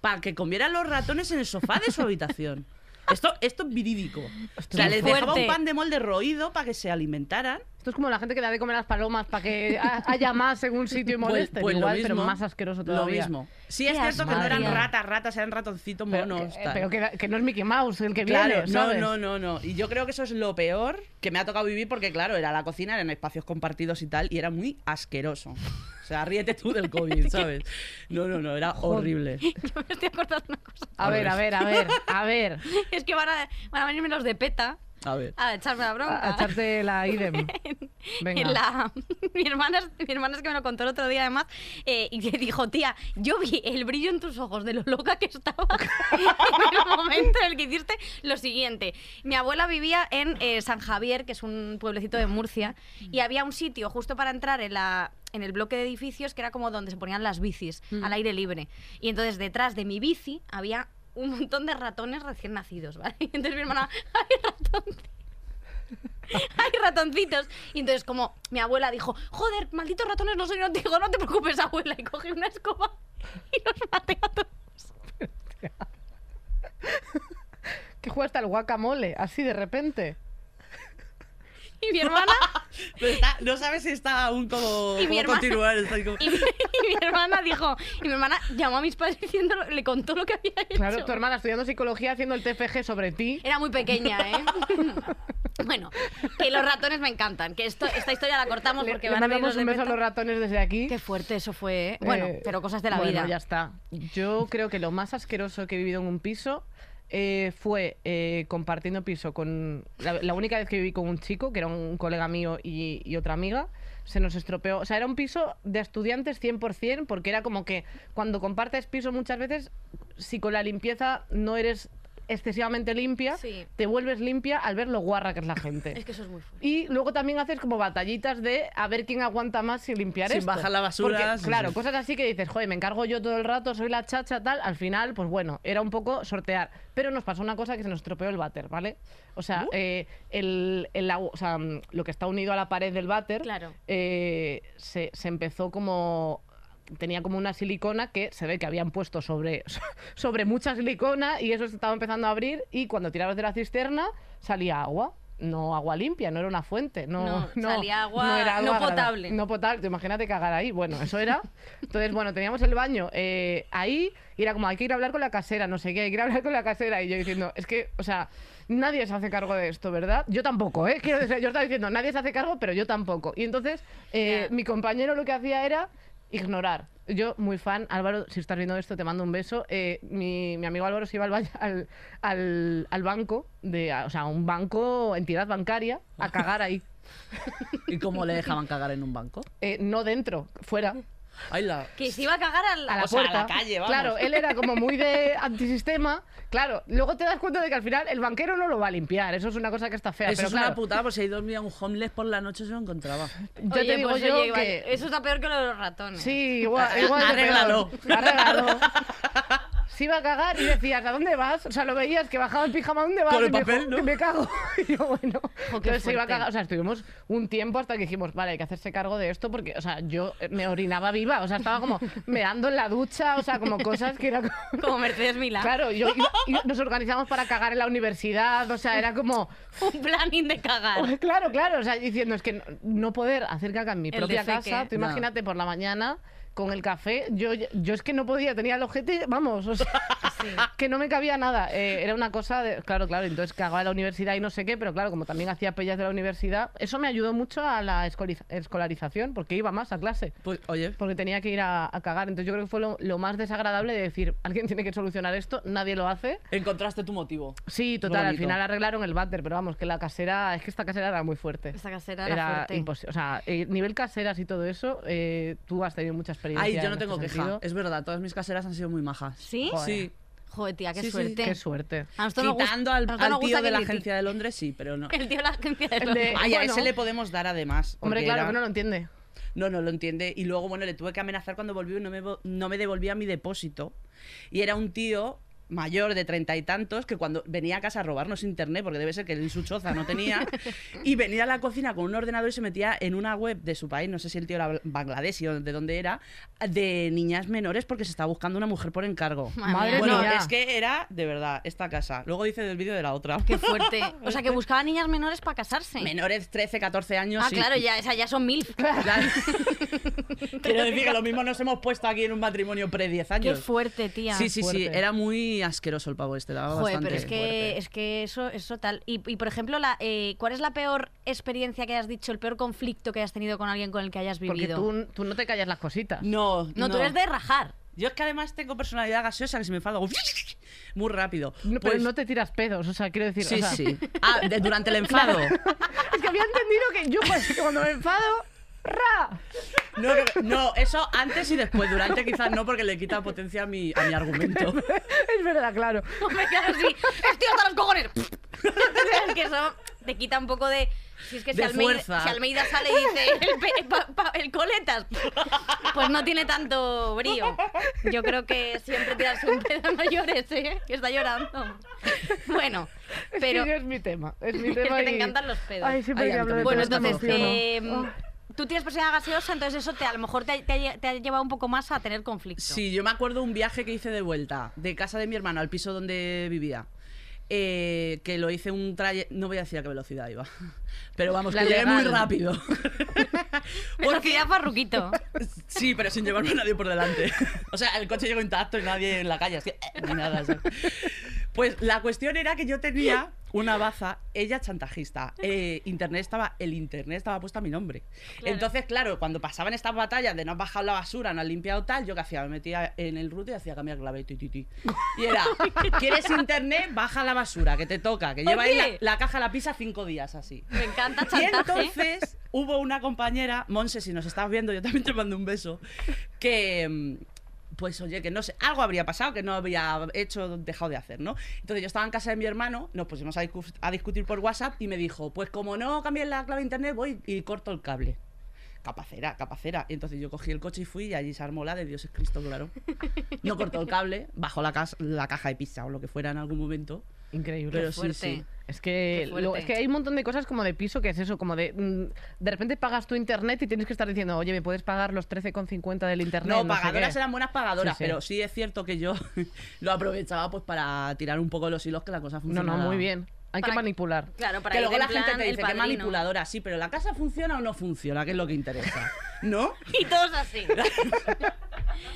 [SPEAKER 4] para que comieran los ratones en el sofá de su habitación. Esto, esto es virídico. O sea,
[SPEAKER 3] Qué
[SPEAKER 4] les dejaba
[SPEAKER 3] fuerte.
[SPEAKER 4] un pan de molde roído para que se alimentaran
[SPEAKER 2] Esto es como la gente que le da de comer a las palomas para que ha- haya más en un sitio y
[SPEAKER 4] Pues-
[SPEAKER 2] moleste.
[SPEAKER 4] pues lo
[SPEAKER 2] Igual,
[SPEAKER 4] mismo,
[SPEAKER 2] pero más asqueroso todavía.
[SPEAKER 4] Lo mismo. Sí, es
[SPEAKER 3] Qué
[SPEAKER 4] cierto que no
[SPEAKER 2] asco.
[SPEAKER 4] eran
[SPEAKER 2] Madre.
[SPEAKER 4] ratas, ratas, eran ratoncitos
[SPEAKER 2] Pero,
[SPEAKER 4] monos.
[SPEAKER 2] que, eh,
[SPEAKER 4] tal.
[SPEAKER 2] pero que, que no es Mickey Mouse el que
[SPEAKER 4] Claro,
[SPEAKER 2] viene,
[SPEAKER 4] no,
[SPEAKER 2] ¿sabes?
[SPEAKER 4] no, no, no. Y yo creo que eso es lo peor que me ha tocado vivir porque, claro, era la cocina, eran espacios compartidos y tal, y era muy asqueroso. O sea, ríete tú del COVID, ¿sabes? No, no, no, era horrible.
[SPEAKER 3] Yo me estoy acordando de una cosa.
[SPEAKER 2] A ver, a ver, a ver, a ver.
[SPEAKER 3] Es que van a, van a venirme los de PETA
[SPEAKER 4] A ver.
[SPEAKER 3] a echarme la bronca.
[SPEAKER 2] A, a echarte la idem. Venga.
[SPEAKER 3] En la- mi, hermana, es- mi hermana es que me lo contó el otro día, además, eh, y que dijo, tía, yo vi el brillo en tus ojos de lo loca que estaba en el momento en el que hiciste lo siguiente. Mi abuela vivía en eh, San Javier, que es un pueblecito de Murcia, y había un sitio justo para entrar en la en el bloque de edificios que era como donde se ponían las bicis al aire libre. Y entonces detrás de mi bici había un montón de ratones recién nacidos, ¿vale? Y entonces mi hermana, ay, ratón, hay ratoncitos. Y entonces, como mi abuela dijo, joder, malditos ratones, no soy yo, digo, no te preocupes, abuela. Y coge una escoba y los maté a todos.
[SPEAKER 2] Que juega hasta el guacamole, así de repente.
[SPEAKER 3] Y mi hermana,
[SPEAKER 4] Pero está- no sabes si está aún como,
[SPEAKER 3] Y mi
[SPEAKER 4] cómo
[SPEAKER 3] hermana-
[SPEAKER 4] continuar. está ahí como-
[SPEAKER 3] y mi, y mi hermana dijo, y mi hermana llamó a mis padres diciéndolo, le contó lo que había hecho.
[SPEAKER 2] Claro, tu hermana estudiando psicología haciendo el TFG sobre ti.
[SPEAKER 3] Era muy pequeña, ¿eh? bueno, que los ratones me encantan, que esto, esta historia la cortamos
[SPEAKER 2] Le,
[SPEAKER 3] porque
[SPEAKER 2] le
[SPEAKER 3] van a venir
[SPEAKER 2] mandamos
[SPEAKER 3] los
[SPEAKER 2] un
[SPEAKER 3] de
[SPEAKER 2] beso a los
[SPEAKER 3] PETA.
[SPEAKER 2] ratones desde aquí.
[SPEAKER 3] Qué fuerte eso fue, ¿eh? Bueno,
[SPEAKER 2] Eh,
[SPEAKER 3] pero cosas de la
[SPEAKER 2] bueno,
[SPEAKER 3] vida.
[SPEAKER 2] ya está. Yo creo que lo más asqueroso que he vivido en un piso eh, fue eh, compartiendo piso con. La, la única vez que viví con un chico, que era un colega mío y, y otra amiga, se nos estropeó. O sea, era un piso de estudiantes 100%, porque era como que cuando compartes piso muchas veces, si con la limpieza no eres excesivamente limpia,
[SPEAKER 3] Sí.
[SPEAKER 2] te vuelves limpia al ver lo guarra que es la gente.
[SPEAKER 3] Es que eso es muy fuerte.
[SPEAKER 2] Y luego también haces como batallitas de a ver quién aguanta más y limpiar
[SPEAKER 4] Sin
[SPEAKER 2] esto.
[SPEAKER 4] bajar la basura,
[SPEAKER 2] Porque,
[SPEAKER 4] sí,
[SPEAKER 2] claro,
[SPEAKER 4] sí.
[SPEAKER 2] cosas así que dices, joder, me encargo yo todo el rato, soy la chacha, tal. Al final, pues bueno, era un poco sortear. Pero nos pasó una cosa que se nos estropeó el váter, ¿vale? O
[SPEAKER 3] Uh.
[SPEAKER 2] sea, eh, el, el agu- o sea, mm, lo que está unido a la pared del váter
[SPEAKER 3] Claro.
[SPEAKER 2] eh, se, se empezó como... Tenía como una silicona que se ve que habían puesto sobre, sobre mucha silicona y eso se estaba empezando a abrir y cuando tirabas de la cisterna salía agua. No agua limpia, no era una fuente. No,
[SPEAKER 3] No,
[SPEAKER 2] no,
[SPEAKER 3] salía agua no
[SPEAKER 2] agradable,
[SPEAKER 3] potable.
[SPEAKER 2] No potable, Te imagínate cagar ahí. Bueno, eso era. Entonces, bueno, teníamos el baño eh, ahí y era como, hay que ir a hablar con la casera, no sé qué, hay que ir a hablar con la casera. Y yo diciendo, es que, o sea, nadie se hace cargo de esto, ¿verdad? Yo tampoco, ¿eh? Quiero decir, yo estaba diciendo, nadie se hace cargo, pero yo tampoco. Y entonces, eh,
[SPEAKER 3] Ya.
[SPEAKER 2] mi compañero lo que hacía era ignorar. Yo, muy fan, Álvaro, si estás viendo esto, te mando un beso. Eh, mi, mi amigo Álvaro se iba al, ba- al, al- al banco, de, a- o sea, un banco, entidad bancaria, a cagar ahí.
[SPEAKER 4] ¿Y cómo le dejaban cagar en un banco?
[SPEAKER 2] Eh, no dentro, fuera.
[SPEAKER 4] Ay, la...
[SPEAKER 3] Que se iba a cagar al-
[SPEAKER 2] a la
[SPEAKER 4] O sea, a la
[SPEAKER 2] puerta.
[SPEAKER 4] calle, vamos.
[SPEAKER 2] Claro, él era como muy de antisistema. Claro, luego te das cuenta de que al final el banquero no lo va a limpiar. Eso es una cosa que está fea.
[SPEAKER 4] Eso
[SPEAKER 2] pero
[SPEAKER 4] es
[SPEAKER 2] claro,
[SPEAKER 4] una putada, pues si ahí dormía un homeless por la noche se lo encontraba.
[SPEAKER 2] Ya
[SPEAKER 3] Oye,
[SPEAKER 2] te digo
[SPEAKER 3] pues,
[SPEAKER 2] yo
[SPEAKER 3] oye, igual,
[SPEAKER 2] que.
[SPEAKER 3] Eso está peor que lo de los ratones.
[SPEAKER 2] Sí, igual. igual de
[SPEAKER 4] Arréglalo.
[SPEAKER 2] peor. Arréglalo. Se iba a cagar y decías, ¿a dónde vas? O sea, lo veías que bajaba el pijama, ¿a dónde vas?
[SPEAKER 4] Con el
[SPEAKER 2] Y me dijo,
[SPEAKER 4] papel, ¿no?
[SPEAKER 2] "Que me cago. Y yo, bueno. Entonces se iba a
[SPEAKER 3] fuerte.
[SPEAKER 2] cagar. O sea, estuvimos un tiempo hasta que dijimos, vale, hay que hacerse cargo de esto porque, o sea, yo me orinaba viva. O sea, estaba como meando en la ducha, o sea, como cosas que era como-
[SPEAKER 3] Como Mercedes Milán.
[SPEAKER 2] Claro, yo, y- y nos organizamos para cagar en la universidad, o sea, era como...
[SPEAKER 3] Un planning de cagar.
[SPEAKER 2] Claro, claro, o sea, diciendo, es que no, no poder hacer caca en mi
[SPEAKER 3] El
[SPEAKER 2] propia
[SPEAKER 3] defeque.
[SPEAKER 2] casa, tú
[SPEAKER 4] No.
[SPEAKER 2] imagínate por la mañana con el café, yo, yo es que no podía, tenía el ojete, vamos, o sea, que no me cabía nada, Eh, era una cosa, de- claro, claro, entonces cagaba en la universidad y no sé qué, pero claro, como también hacía pellas de la universidad, eso me ayudó mucho a la escoliz- escolarización, porque iba más a clase.
[SPEAKER 4] Pues, oye,
[SPEAKER 2] Porque tenía que ir a, a cagar. Entonces yo creo que fue lo, lo más desagradable de decir, alguien tiene que solucionar esto, nadie lo hace.
[SPEAKER 4] encontraste tu motivo.
[SPEAKER 2] Sí, total, al
[SPEAKER 4] bonito.
[SPEAKER 2] final arreglaron el váter, pero vamos, que la casera, es que esta casera era muy fuerte.
[SPEAKER 3] Esta casera era fuerte.
[SPEAKER 2] imposible. O sea, eh, nivel caseras y todo eso, eh, tú has tenido mucha experiencia.
[SPEAKER 4] Ay, yo
[SPEAKER 2] en
[SPEAKER 4] no
[SPEAKER 2] este
[SPEAKER 4] tengo queja.
[SPEAKER 2] sentido.
[SPEAKER 4] Es verdad, todas mis caseras han sido muy majas.
[SPEAKER 3] ¿Sí?
[SPEAKER 2] Joder.
[SPEAKER 4] Sí.
[SPEAKER 3] Joder, tía, qué
[SPEAKER 4] Sí, sí,
[SPEAKER 3] suerte.
[SPEAKER 2] Qué suerte.
[SPEAKER 3] A nosotros nos gust-
[SPEAKER 4] Quitando
[SPEAKER 3] a
[SPEAKER 4] al,
[SPEAKER 3] nosotros
[SPEAKER 4] al
[SPEAKER 3] nos gusta
[SPEAKER 4] tío de
[SPEAKER 3] que
[SPEAKER 4] la
[SPEAKER 3] criti-
[SPEAKER 4] agencia de Londres, sí, pero no.
[SPEAKER 3] El tío de la agencia de
[SPEAKER 2] de-
[SPEAKER 3] Londres.
[SPEAKER 4] Ay, a ese
[SPEAKER 2] Bueno.
[SPEAKER 4] le podemos dar además.
[SPEAKER 2] Hombre,
[SPEAKER 4] porque
[SPEAKER 2] claro
[SPEAKER 4] era-
[SPEAKER 2] que no lo entiende.
[SPEAKER 4] No, no lo entiende. Y luego, bueno, le tuve que amenazar cuando volvió y no me, vo- no me devolvía mi depósito. Y era un tío mayor de treinta y tantos que cuando venía a casa a robarnos internet, porque debe ser que él en su choza no tenía, y venía a la cocina con un ordenador y se metía en una web de su país, no sé si el tío era Bangladesh o de dónde era, de niñas menores porque se estaba buscando una mujer por encargo.
[SPEAKER 3] Madre
[SPEAKER 2] Madre
[SPEAKER 4] Bueno,
[SPEAKER 2] mía.
[SPEAKER 4] es que era de verdad esta casa. Luego dice del vídeo de la otra.
[SPEAKER 3] Qué fuerte. O sea, que buscaba niñas menores para casarse.
[SPEAKER 4] Menores 13, 14 años.
[SPEAKER 3] ah,
[SPEAKER 4] sí.
[SPEAKER 3] claro, ya, esa ya son mil.
[SPEAKER 4] Claro. Quiero decir que lo mismo nos hemos puesto aquí en un matrimonio pre-10
[SPEAKER 3] Qué
[SPEAKER 4] años.
[SPEAKER 3] fuerte, tía.
[SPEAKER 4] Sí, sí, sí.
[SPEAKER 2] Fuerte.
[SPEAKER 4] Era muy asqueroso el pavo este. Daba
[SPEAKER 3] Joder,
[SPEAKER 4] bastante.
[SPEAKER 3] pero es que, es que eso es total. Y, y, por ejemplo, la, eh, ¿cuál es la peor experiencia que hayas dicho, el peor conflicto que hayas tenido con alguien con el que hayas
[SPEAKER 2] Porque
[SPEAKER 3] vivido?
[SPEAKER 2] tú, tú no te callas las cositas.
[SPEAKER 4] No,
[SPEAKER 3] no, tú eres de rajar.
[SPEAKER 4] Yo es que además tengo personalidad gaseosa que se me enfada hago muy rápido.
[SPEAKER 2] No, pero
[SPEAKER 4] Pues-
[SPEAKER 2] no te tiras pedos, o sea, quiero decir. o
[SPEAKER 4] Sí,
[SPEAKER 2] sea,
[SPEAKER 4] sí. Ah, de- durante el enfado.
[SPEAKER 2] Es que había entendido que yo pues, que cuando me enfado. ¡Ra!
[SPEAKER 4] No, no, no, eso antes y después. Durante quizás no, porque le quita potencia a mi, a mi argumento.
[SPEAKER 2] Es verdad, claro.
[SPEAKER 3] Me quedo así. Estoy hasta los cojones. es que eso te quita un poco de. Si es que si
[SPEAKER 4] De
[SPEAKER 3] Almeida,
[SPEAKER 4] fuerza.
[SPEAKER 3] si Almeida sale y dice el, pe- pa- pa- el coletas, pues no tiene tanto brío. Yo creo que siempre tirarse un pedo no llores, ¿eh? Que está llorando. Bueno, pero.
[SPEAKER 2] Sí, es mi tema. Es mi
[SPEAKER 3] Es
[SPEAKER 2] tema.
[SPEAKER 3] que te
[SPEAKER 2] y-
[SPEAKER 3] encantan los pedos.
[SPEAKER 2] Ay, siempre
[SPEAKER 4] Ay,
[SPEAKER 2] que
[SPEAKER 4] a mí
[SPEAKER 2] hablo de
[SPEAKER 3] Bueno,
[SPEAKER 4] también.
[SPEAKER 2] pedos me
[SPEAKER 3] entonces,
[SPEAKER 2] emociono.
[SPEAKER 3] eh,
[SPEAKER 4] Oh.
[SPEAKER 3] tú tienes personalidad gaseosa, entonces eso te, a lo mejor te, ha- te ha, te ha llevado un poco más a tener conflicto.
[SPEAKER 4] Sí, yo me acuerdo un viaje que hice de vuelta, de casa de mi hermano al piso donde vivía. Eh, que lo hice un trayecto. No voy a decir a qué velocidad iba. Pero vamos,
[SPEAKER 2] La
[SPEAKER 4] que llegué muy
[SPEAKER 2] legal.
[SPEAKER 4] rápido. Porque-
[SPEAKER 3] Velocidad farruquito.
[SPEAKER 4] Sí, pero sin llevarme a nadie por delante. O sea, el coche llegó intacto y nadie en la calle. así, eh, ni nada. ¿sabes? Pues la cuestión era que yo tenía una baza, ella chantajista. eh, internet estaba, el internet estaba puesto a mi nombre.
[SPEAKER 3] Claro.
[SPEAKER 4] Entonces, claro, cuando pasaban estas batallas de no has bajado la basura, no has limpiado tal, yo que hacía, me metía en el root y hacía cambiar clave. ti, ti, ti. Y era, ¿quieres internet? Baja la basura, que te toca, que lleva ahí
[SPEAKER 3] Oye.
[SPEAKER 4] la, la caja, la pisa cinco días así.
[SPEAKER 3] Me encanta
[SPEAKER 4] Y
[SPEAKER 3] chantaje.
[SPEAKER 4] entonces hubo una compañera, Monse, si nos estás viendo, yo también te mando un beso, que mm, pues oye, que no sé, algo habría pasado que no había hecho, dejado de hacer, ¿no? Entonces yo estaba en casa de mi hermano, nos pusimos a, discu- a discutir por WhatsApp y me dijo, pues como no cambies la clave de internet, voy y corto el cable. Capacera, capacera. Y entonces yo cogí el coche y fui y allí se armó la de Dios es Cristo, claro. No cortó el cable, bajó la, cas- la caja de pizza o lo que fuera en algún momento.
[SPEAKER 2] Increíble.
[SPEAKER 4] Pero
[SPEAKER 3] Qué
[SPEAKER 4] sí,
[SPEAKER 3] fuerte.
[SPEAKER 4] sí.
[SPEAKER 2] Es que,
[SPEAKER 3] Qué fuerte.
[SPEAKER 2] lo- es que hay un montón de cosas como de piso que es eso, como de mm, de repente pagas tu internet y tienes que estar diciendo, oye, ¿me puedes pagar los 13,50 del internet?
[SPEAKER 4] No,
[SPEAKER 2] sé
[SPEAKER 4] pagadoras
[SPEAKER 2] qué.
[SPEAKER 4] eran buenas pagadoras,
[SPEAKER 2] Sí, sí.
[SPEAKER 4] pero sí es cierto que yo lo aprovechaba pues para tirar un poco los hilos que la cosa
[SPEAKER 2] No,
[SPEAKER 4] funcionaba.
[SPEAKER 2] no, muy bien. Hay que
[SPEAKER 3] Para-
[SPEAKER 2] manipular.
[SPEAKER 3] Claro, para
[SPEAKER 4] que
[SPEAKER 3] ir
[SPEAKER 4] luego
[SPEAKER 3] en
[SPEAKER 4] la
[SPEAKER 3] plan
[SPEAKER 4] gente te
[SPEAKER 3] el
[SPEAKER 4] dice que
[SPEAKER 3] padrino".
[SPEAKER 4] manipuladora, sí, pero la casa funciona o no funciona, que es lo que interesa. ¿No?
[SPEAKER 3] Y todos así.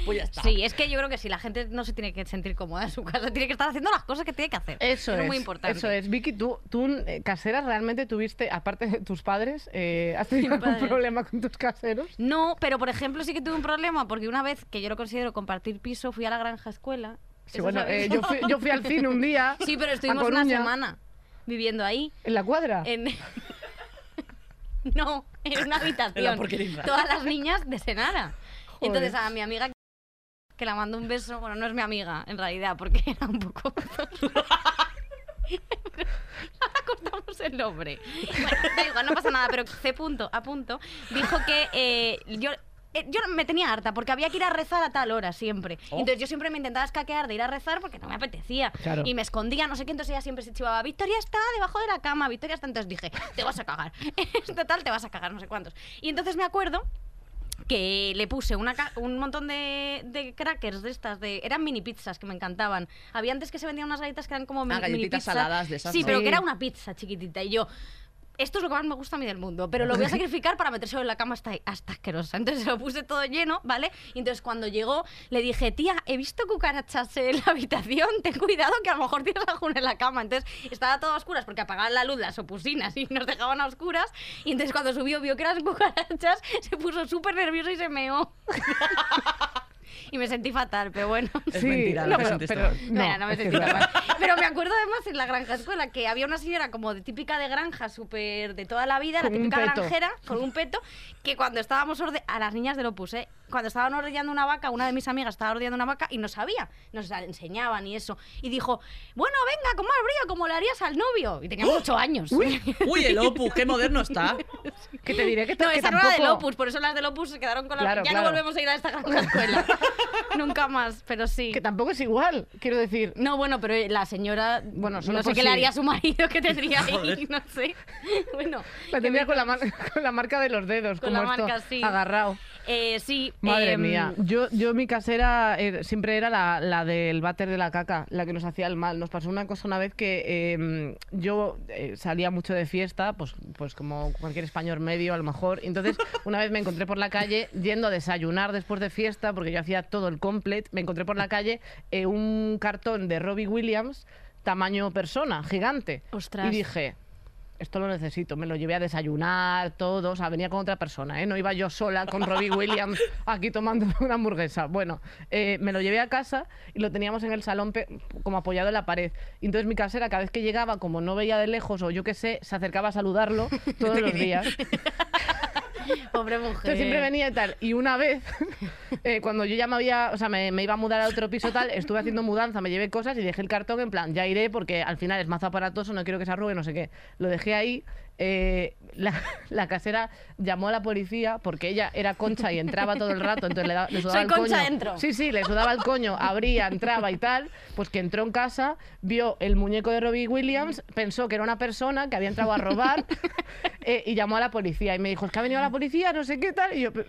[SPEAKER 4] Pues ya está.
[SPEAKER 3] Sí, es que yo creo que si la gente no se tiene que sentir cómoda en su casa, tiene que estar haciendo las cosas que tiene que hacer.
[SPEAKER 2] Eso es,
[SPEAKER 3] muy importante.
[SPEAKER 2] Eso es. Vicky, tú, tú eh, caseras realmente tuviste, aparte de tus padres, eh, ¿has tenido algún
[SPEAKER 3] padres.
[SPEAKER 2] problema con tus caseros?
[SPEAKER 3] No, pero por ejemplo sí que tuve un problema porque una vez que yo lo considero compartir piso, fui a la granja escuela.
[SPEAKER 2] Sí,
[SPEAKER 3] Eso
[SPEAKER 2] bueno,
[SPEAKER 3] sabéis,
[SPEAKER 2] eh,
[SPEAKER 3] ¿no?
[SPEAKER 2] yo, fui, yo fui al cine un día.
[SPEAKER 3] Sí, pero
[SPEAKER 2] a
[SPEAKER 3] estuvimos una
[SPEAKER 2] Coruña,
[SPEAKER 3] semana Eh, viviendo ahí.
[SPEAKER 2] ¿En la cuadra?
[SPEAKER 3] En... No, en una
[SPEAKER 4] En la
[SPEAKER 3] habitación.
[SPEAKER 4] porquería.
[SPEAKER 3] Todas las niñas de Senara. Entonces a mi amiga que la mando un beso, bueno, no es mi amiga en realidad, porque era un poco... cortamos el nombre. Bueno, da igual, no pasa nada, pero C. Punto, a punto, dijo que eh, yo. eh, Yo me tenía harta porque había que ir a rezar a tal hora siempre.
[SPEAKER 4] Oh.
[SPEAKER 3] Entonces yo siempre me intentaba escaquear de ir a rezar porque no me apetecía.
[SPEAKER 2] Claro.
[SPEAKER 3] Y me escondía, no sé qué. Entonces ella siempre se chivaba: Victoria está debajo de la cama, Victoria está. Entonces dije: Te vas a cagar. Total, te vas a cagar, no sé cuántos. Y entonces me acuerdo que le puse una ca- un montón de, de crackers de estas, de, eran mini pizzas que me encantaban. Había antes que se vendían unas galletas que eran como mini, mini
[SPEAKER 4] Ah, galletitas
[SPEAKER 3] pizza.
[SPEAKER 4] saladas de esas,
[SPEAKER 3] Sí,
[SPEAKER 4] ¿no?
[SPEAKER 3] pero
[SPEAKER 2] Sí.
[SPEAKER 3] que era una pizza chiquitita. Y yo, esto es lo que más me gusta a mí del mundo, pero lo voy a sacrificar para meterse en la cama hasta, hasta asquerosa. Entonces se lo puse todo lleno, ¿vale? Y entonces cuando llegó le dije, tía, he visto cucarachas en la habitación, ten cuidado que a lo mejor tienes alguna en la cama. Entonces estaba todo a oscuras porque apagaban la luz las opusinas y nos dejaban a oscuras. Y entonces cuando subió vio que eran cucarachas, se puso súper nervioso y se meó. y me sentí fatal, pero bueno.
[SPEAKER 4] Es mentira,
[SPEAKER 2] no,
[SPEAKER 4] no te
[SPEAKER 2] pero,
[SPEAKER 4] sientes
[SPEAKER 2] pero-
[SPEAKER 4] mal.
[SPEAKER 2] no,
[SPEAKER 3] Mira, no me
[SPEAKER 2] es que
[SPEAKER 3] sentí
[SPEAKER 2] es verdad.
[SPEAKER 3] mal. Pero me acuerdo además en la granja escuela que había una señora como de típica de granja, súper de toda la vida,
[SPEAKER 2] Con
[SPEAKER 3] la
[SPEAKER 2] un
[SPEAKER 3] típica
[SPEAKER 2] peto.
[SPEAKER 3] granjera, con un peto, que cuando estábamos orde- a las niñas del Opus, ¿eh? cuando estaban ordeñando una vaca, una de mis amigas estaba ordeñando una vaca y no sabía, nos la enseñaban y eso. Y dijo, bueno, venga, con más brío, como le harías al novio. Y
[SPEAKER 2] ¡Oh!
[SPEAKER 3] teníamos ocho años.
[SPEAKER 4] Uy, el Opus, qué moderno está.
[SPEAKER 2] Que te diré que, ta-
[SPEAKER 3] No,
[SPEAKER 2] que
[SPEAKER 3] esa no
[SPEAKER 2] tampoco...
[SPEAKER 3] era del Opus, por eso las del Opus se quedaron con la...
[SPEAKER 2] Claro,
[SPEAKER 3] ya
[SPEAKER 2] claro.
[SPEAKER 3] no volvemos a ir a esta granja escuela. Nunca más, pero sí.
[SPEAKER 2] Que tampoco es igual, quiero decir.
[SPEAKER 3] No, bueno, pero eh, la señora,
[SPEAKER 2] Bueno,
[SPEAKER 3] bueno,
[SPEAKER 2] solo
[SPEAKER 3] no sé
[SPEAKER 2] por
[SPEAKER 3] qué
[SPEAKER 2] si-
[SPEAKER 3] le haría a su marido que tendría ahí,
[SPEAKER 4] Joder.
[SPEAKER 3] no sé. Bueno,
[SPEAKER 2] La tendría con la, mar- con la marca de los dedos,
[SPEAKER 3] Con
[SPEAKER 2] como
[SPEAKER 3] la
[SPEAKER 2] esto,
[SPEAKER 3] marca, sí.
[SPEAKER 2] agarrado.
[SPEAKER 3] eh, sí.
[SPEAKER 2] Madre
[SPEAKER 3] em,
[SPEAKER 2] mía, yo, yo mi casera eh, siempre era la, la del váter de la caca, la que nos hacía el mal. Nos pasó una cosa una vez que eh, yo eh, salía mucho de fiesta, pues, pues como cualquier español medio a lo mejor. Entonces una vez me encontré por la calle yendo a desayunar después de fiesta, porque yo hacía todo el complet, me encontré por la calle eh, un cartón de Robbie Williams, tamaño persona, gigante.
[SPEAKER 3] Ostras.
[SPEAKER 2] Y dije, esto lo necesito, me lo llevé a desayunar, todo, o sea, venía con otra persona, ¿eh? no iba yo sola con Robbie Williams aquí tomando una hamburguesa. Bueno, eh, me lo llevé a casa y lo teníamos en el salón pe- como apoyado en la pared. Y entonces mi casera cada vez que llegaba, como no veía de lejos o yo qué sé, se acercaba a saludarlo todos los días.
[SPEAKER 3] Pobre mujer.
[SPEAKER 2] Entonces siempre venía y tal. Y una vez, eh, cuando yo ya me había, o sea, me, me iba a mudar a otro piso tal, estuve haciendo mudanza, me llevé cosas y dejé el cartón en plan, ya iré porque al final es más aparatoso, no quiero que se arrugue, no sé qué. Lo dejé ahí. eh, la, la casera llamó a la policía porque ella era concha y entraba todo el rato, entonces le, da- le sudaba
[SPEAKER 3] Soy
[SPEAKER 2] el
[SPEAKER 3] concha,
[SPEAKER 2] coño.
[SPEAKER 3] entro.
[SPEAKER 2] Sí, sí, le sudaba el coño, abría, entraba y tal. Pues que entró en casa, vio el muñeco de Robbie Williams, pensó que era una persona que había entrado a robar eh, y llamó a la policía. Y me dijo, es que ha venido la policía, no sé qué tal. Y yo, "Pero-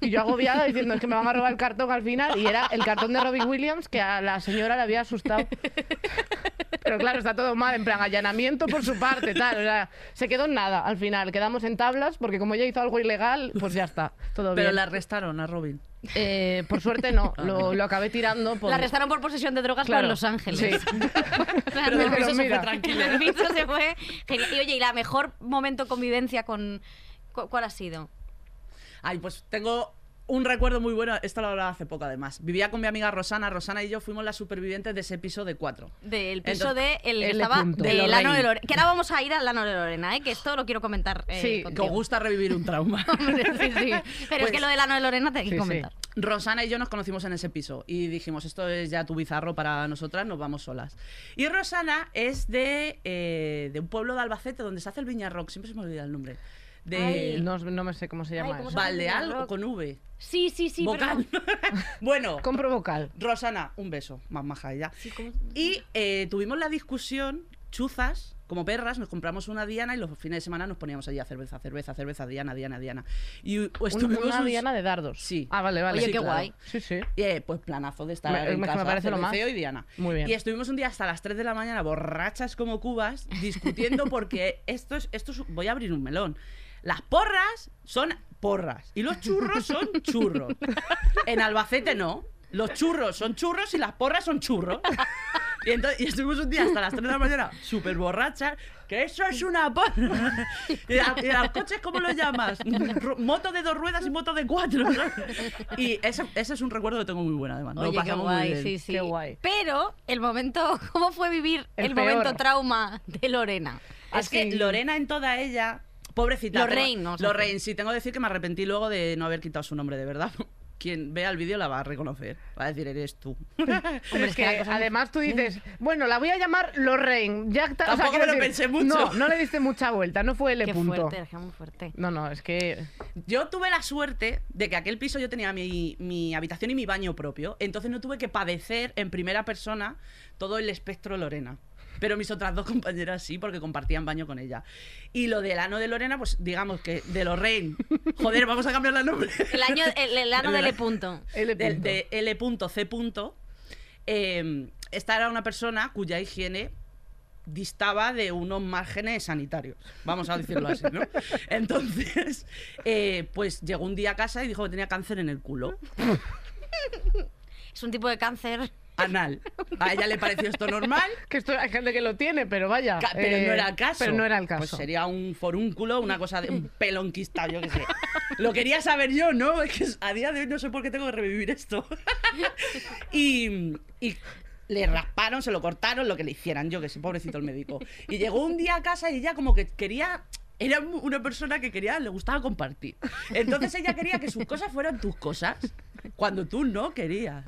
[SPEAKER 2] y yo agobiada diciendo, es que me van a robar el cartón al final. Y era el cartón de Robbie Williams que a la señora le había asustado. Pero claro, está todo mal, en plan allanamiento por su parte, tal. O sea, se quedó en nada al final. Quedamos en tablas porque como ella hizo algo ilegal, pues ya está, todo
[SPEAKER 4] Pero
[SPEAKER 2] bien.
[SPEAKER 4] la arrestaron a Robin.
[SPEAKER 2] Eh, por suerte no,
[SPEAKER 4] Ah.
[SPEAKER 2] lo, lo acabé tirando por...
[SPEAKER 3] La arrestaron por posesión de drogas
[SPEAKER 2] Claro,
[SPEAKER 3] por Los Ángeles.
[SPEAKER 2] sí.
[SPEAKER 3] O sea,
[SPEAKER 4] Pero
[SPEAKER 3] no-
[SPEAKER 4] de
[SPEAKER 2] Ah, pero
[SPEAKER 4] eso se
[SPEAKER 2] mira.
[SPEAKER 4] fue tranquilo.
[SPEAKER 3] El bicho se fue. Genial. Y oye, ¿y la mejor momento convivencia con... cu- ¿Cuál ha sido?
[SPEAKER 4] Ay, pues tengo un recuerdo muy bueno. Esto lo hablaba hace poco, además. Vivía con mi amiga Rosana. Rosana y yo fuimos las supervivientes de ese piso de cuatro.
[SPEAKER 3] Del piso
[SPEAKER 4] Entonces,
[SPEAKER 3] de el
[SPEAKER 2] L
[SPEAKER 3] que estaba
[SPEAKER 2] punto.
[SPEAKER 4] De
[SPEAKER 3] el ano de
[SPEAKER 4] Lorraine.
[SPEAKER 3] Lorena. Que ahora vamos a ir al ano de Lorena, ¿eh? que esto lo quiero comentar. eh,
[SPEAKER 2] Sí, que
[SPEAKER 4] Que os
[SPEAKER 3] contigo.
[SPEAKER 4] gusta revivir un trauma.
[SPEAKER 3] sí, sí. Pero es
[SPEAKER 4] Pues-
[SPEAKER 3] que lo del ano de Lorena te hay que
[SPEAKER 2] Sí, sí.
[SPEAKER 3] comentar.
[SPEAKER 4] Rosana y yo nos conocimos en ese piso y dijimos, esto es ya tu bizarro para nosotras, nos vamos solas. Y Rosana es de, eh, de un pueblo de Albacete donde se hace el Viña Rock, siempre se me olvida el nombre.
[SPEAKER 3] Ay.
[SPEAKER 4] De
[SPEAKER 2] No, no me sé cómo se
[SPEAKER 3] Ay,
[SPEAKER 2] llama
[SPEAKER 3] ¿cómo
[SPEAKER 2] eso.
[SPEAKER 3] se-
[SPEAKER 4] Valdeal
[SPEAKER 3] Viña
[SPEAKER 4] o
[SPEAKER 3] Rock.
[SPEAKER 4] con V.
[SPEAKER 3] Sí, sí, sí. pero
[SPEAKER 4] Vocal.
[SPEAKER 3] no.
[SPEAKER 4] bueno,
[SPEAKER 2] Compro vocal.
[SPEAKER 4] Rosana, un beso, más maja ella.
[SPEAKER 3] Sí, ¿cómo-
[SPEAKER 4] Y eh, tuvimos la discusión, chuzas, como perras, nos compramos una Diana y los fines de semana nos poníamos allí a cerveza, cerveza, cerveza, Diana, Diana, Diana. Y
[SPEAKER 2] Una,
[SPEAKER 4] estuvimos
[SPEAKER 2] una
[SPEAKER 4] Pues un-
[SPEAKER 2] diana de dardos.
[SPEAKER 4] Sí.
[SPEAKER 2] Ah, vale, vale.
[SPEAKER 3] Oye,
[SPEAKER 2] Sí,
[SPEAKER 3] qué
[SPEAKER 2] claro.
[SPEAKER 3] guay.
[SPEAKER 2] Sí, sí.
[SPEAKER 4] Eh, pues planazo de estar
[SPEAKER 2] Me-
[SPEAKER 4] en
[SPEAKER 2] me- me
[SPEAKER 4] casa,
[SPEAKER 2] parece lo más.
[SPEAKER 4] cerveceo y Diana.
[SPEAKER 2] Muy bien.
[SPEAKER 4] Y estuvimos un día hasta las 3 de la mañana, borrachas como cubas, discutiendo porque esto es, esto es- voy a abrir un melón. Las porras son porras y los churros son churros. En Albacete no. Los churros son churros y las porras son churros. Y, entonces, y estuvimos un día hasta las 3 de la mañana súper borrachas, que eso es una porra. Y, a- y a los coches, ¿cómo los llamas? Ru- Moto de dos ruedas y moto de cuatro. Y ese, ese es un recuerdo que tengo muy bueno, además. Lo
[SPEAKER 3] Oye, qué
[SPEAKER 4] pasamos muy
[SPEAKER 3] guay,
[SPEAKER 4] bien.
[SPEAKER 3] sí, sí.
[SPEAKER 2] Qué guay.
[SPEAKER 3] Pero el momento, ¿cómo fue vivir
[SPEAKER 2] El
[SPEAKER 3] el,
[SPEAKER 2] peor.
[SPEAKER 3] momento trauma de Lorena?
[SPEAKER 4] Es que
[SPEAKER 2] Así.
[SPEAKER 4] Lorena en toda ella. Pobrecita.
[SPEAKER 3] Lorraine,
[SPEAKER 4] tengo-
[SPEAKER 3] no sé.
[SPEAKER 4] Lorraine, sí, tengo que decir que me arrepentí luego de no haber quitado su nombre, de verdad. quien vea el vídeo la va a reconocer. Va a decir, eres tú.
[SPEAKER 2] Pero es que, además tú dices,
[SPEAKER 3] Mm.
[SPEAKER 2] bueno, la voy a llamar Lorraine. Ya está- o sea,
[SPEAKER 4] Tampoco
[SPEAKER 2] quiero
[SPEAKER 4] me lo
[SPEAKER 2] decir,
[SPEAKER 4] pensé mucho.
[SPEAKER 2] No, no le diste mucha vuelta, no fue L
[SPEAKER 3] Qué
[SPEAKER 2] punto.
[SPEAKER 3] fuerte, Ángel, muy fuerte.
[SPEAKER 2] No, no, es que
[SPEAKER 4] Yo tuve la suerte de que aquel piso yo tenía mi, mi habitación y mi baño propio, entonces no tuve que padecer en primera persona todo el espectro Lorena. Pero mis otras dos compañeras sí, porque compartían baño con ella. Y lo del ano de Lorena, pues digamos que de Lorraine. Joder, vamos a cambiar el nombre.
[SPEAKER 3] El año, el, el ano del E punto.
[SPEAKER 2] L
[SPEAKER 4] de,
[SPEAKER 2] punto.
[SPEAKER 4] de L. C. eh, esta era una persona cuya higiene distaba de unos márgenes sanitarios, vamos a decirlo así, ¿no? Entonces, eh, pues llegó un día a casa y dijo que tenía cáncer en el culo,
[SPEAKER 3] Es un tipo de cáncer.
[SPEAKER 4] anal. A ella le pareció esto normal,
[SPEAKER 2] que esto hay gente que lo tiene, pero vaya.
[SPEAKER 4] ca- pero
[SPEAKER 2] eh,
[SPEAKER 4] no era el caso.
[SPEAKER 2] Pero no era el caso.
[SPEAKER 4] Pues sería un forúnculo, una cosa de un pelo enquistado, yo qué sé. Lo quería saber yo, ¿no? Es que a día de hoy no sé por qué tengo que revivir esto. y, y le rasparon, se lo cortaron, lo que le hicieran, yo que sé, pobrecito el médico. Y llegó un día a casa y ella como que quería... Era mu- una persona que quería, le gustaba compartir. Entonces ella quería que sus cosas fueran tus cosas, cuando tú no querías.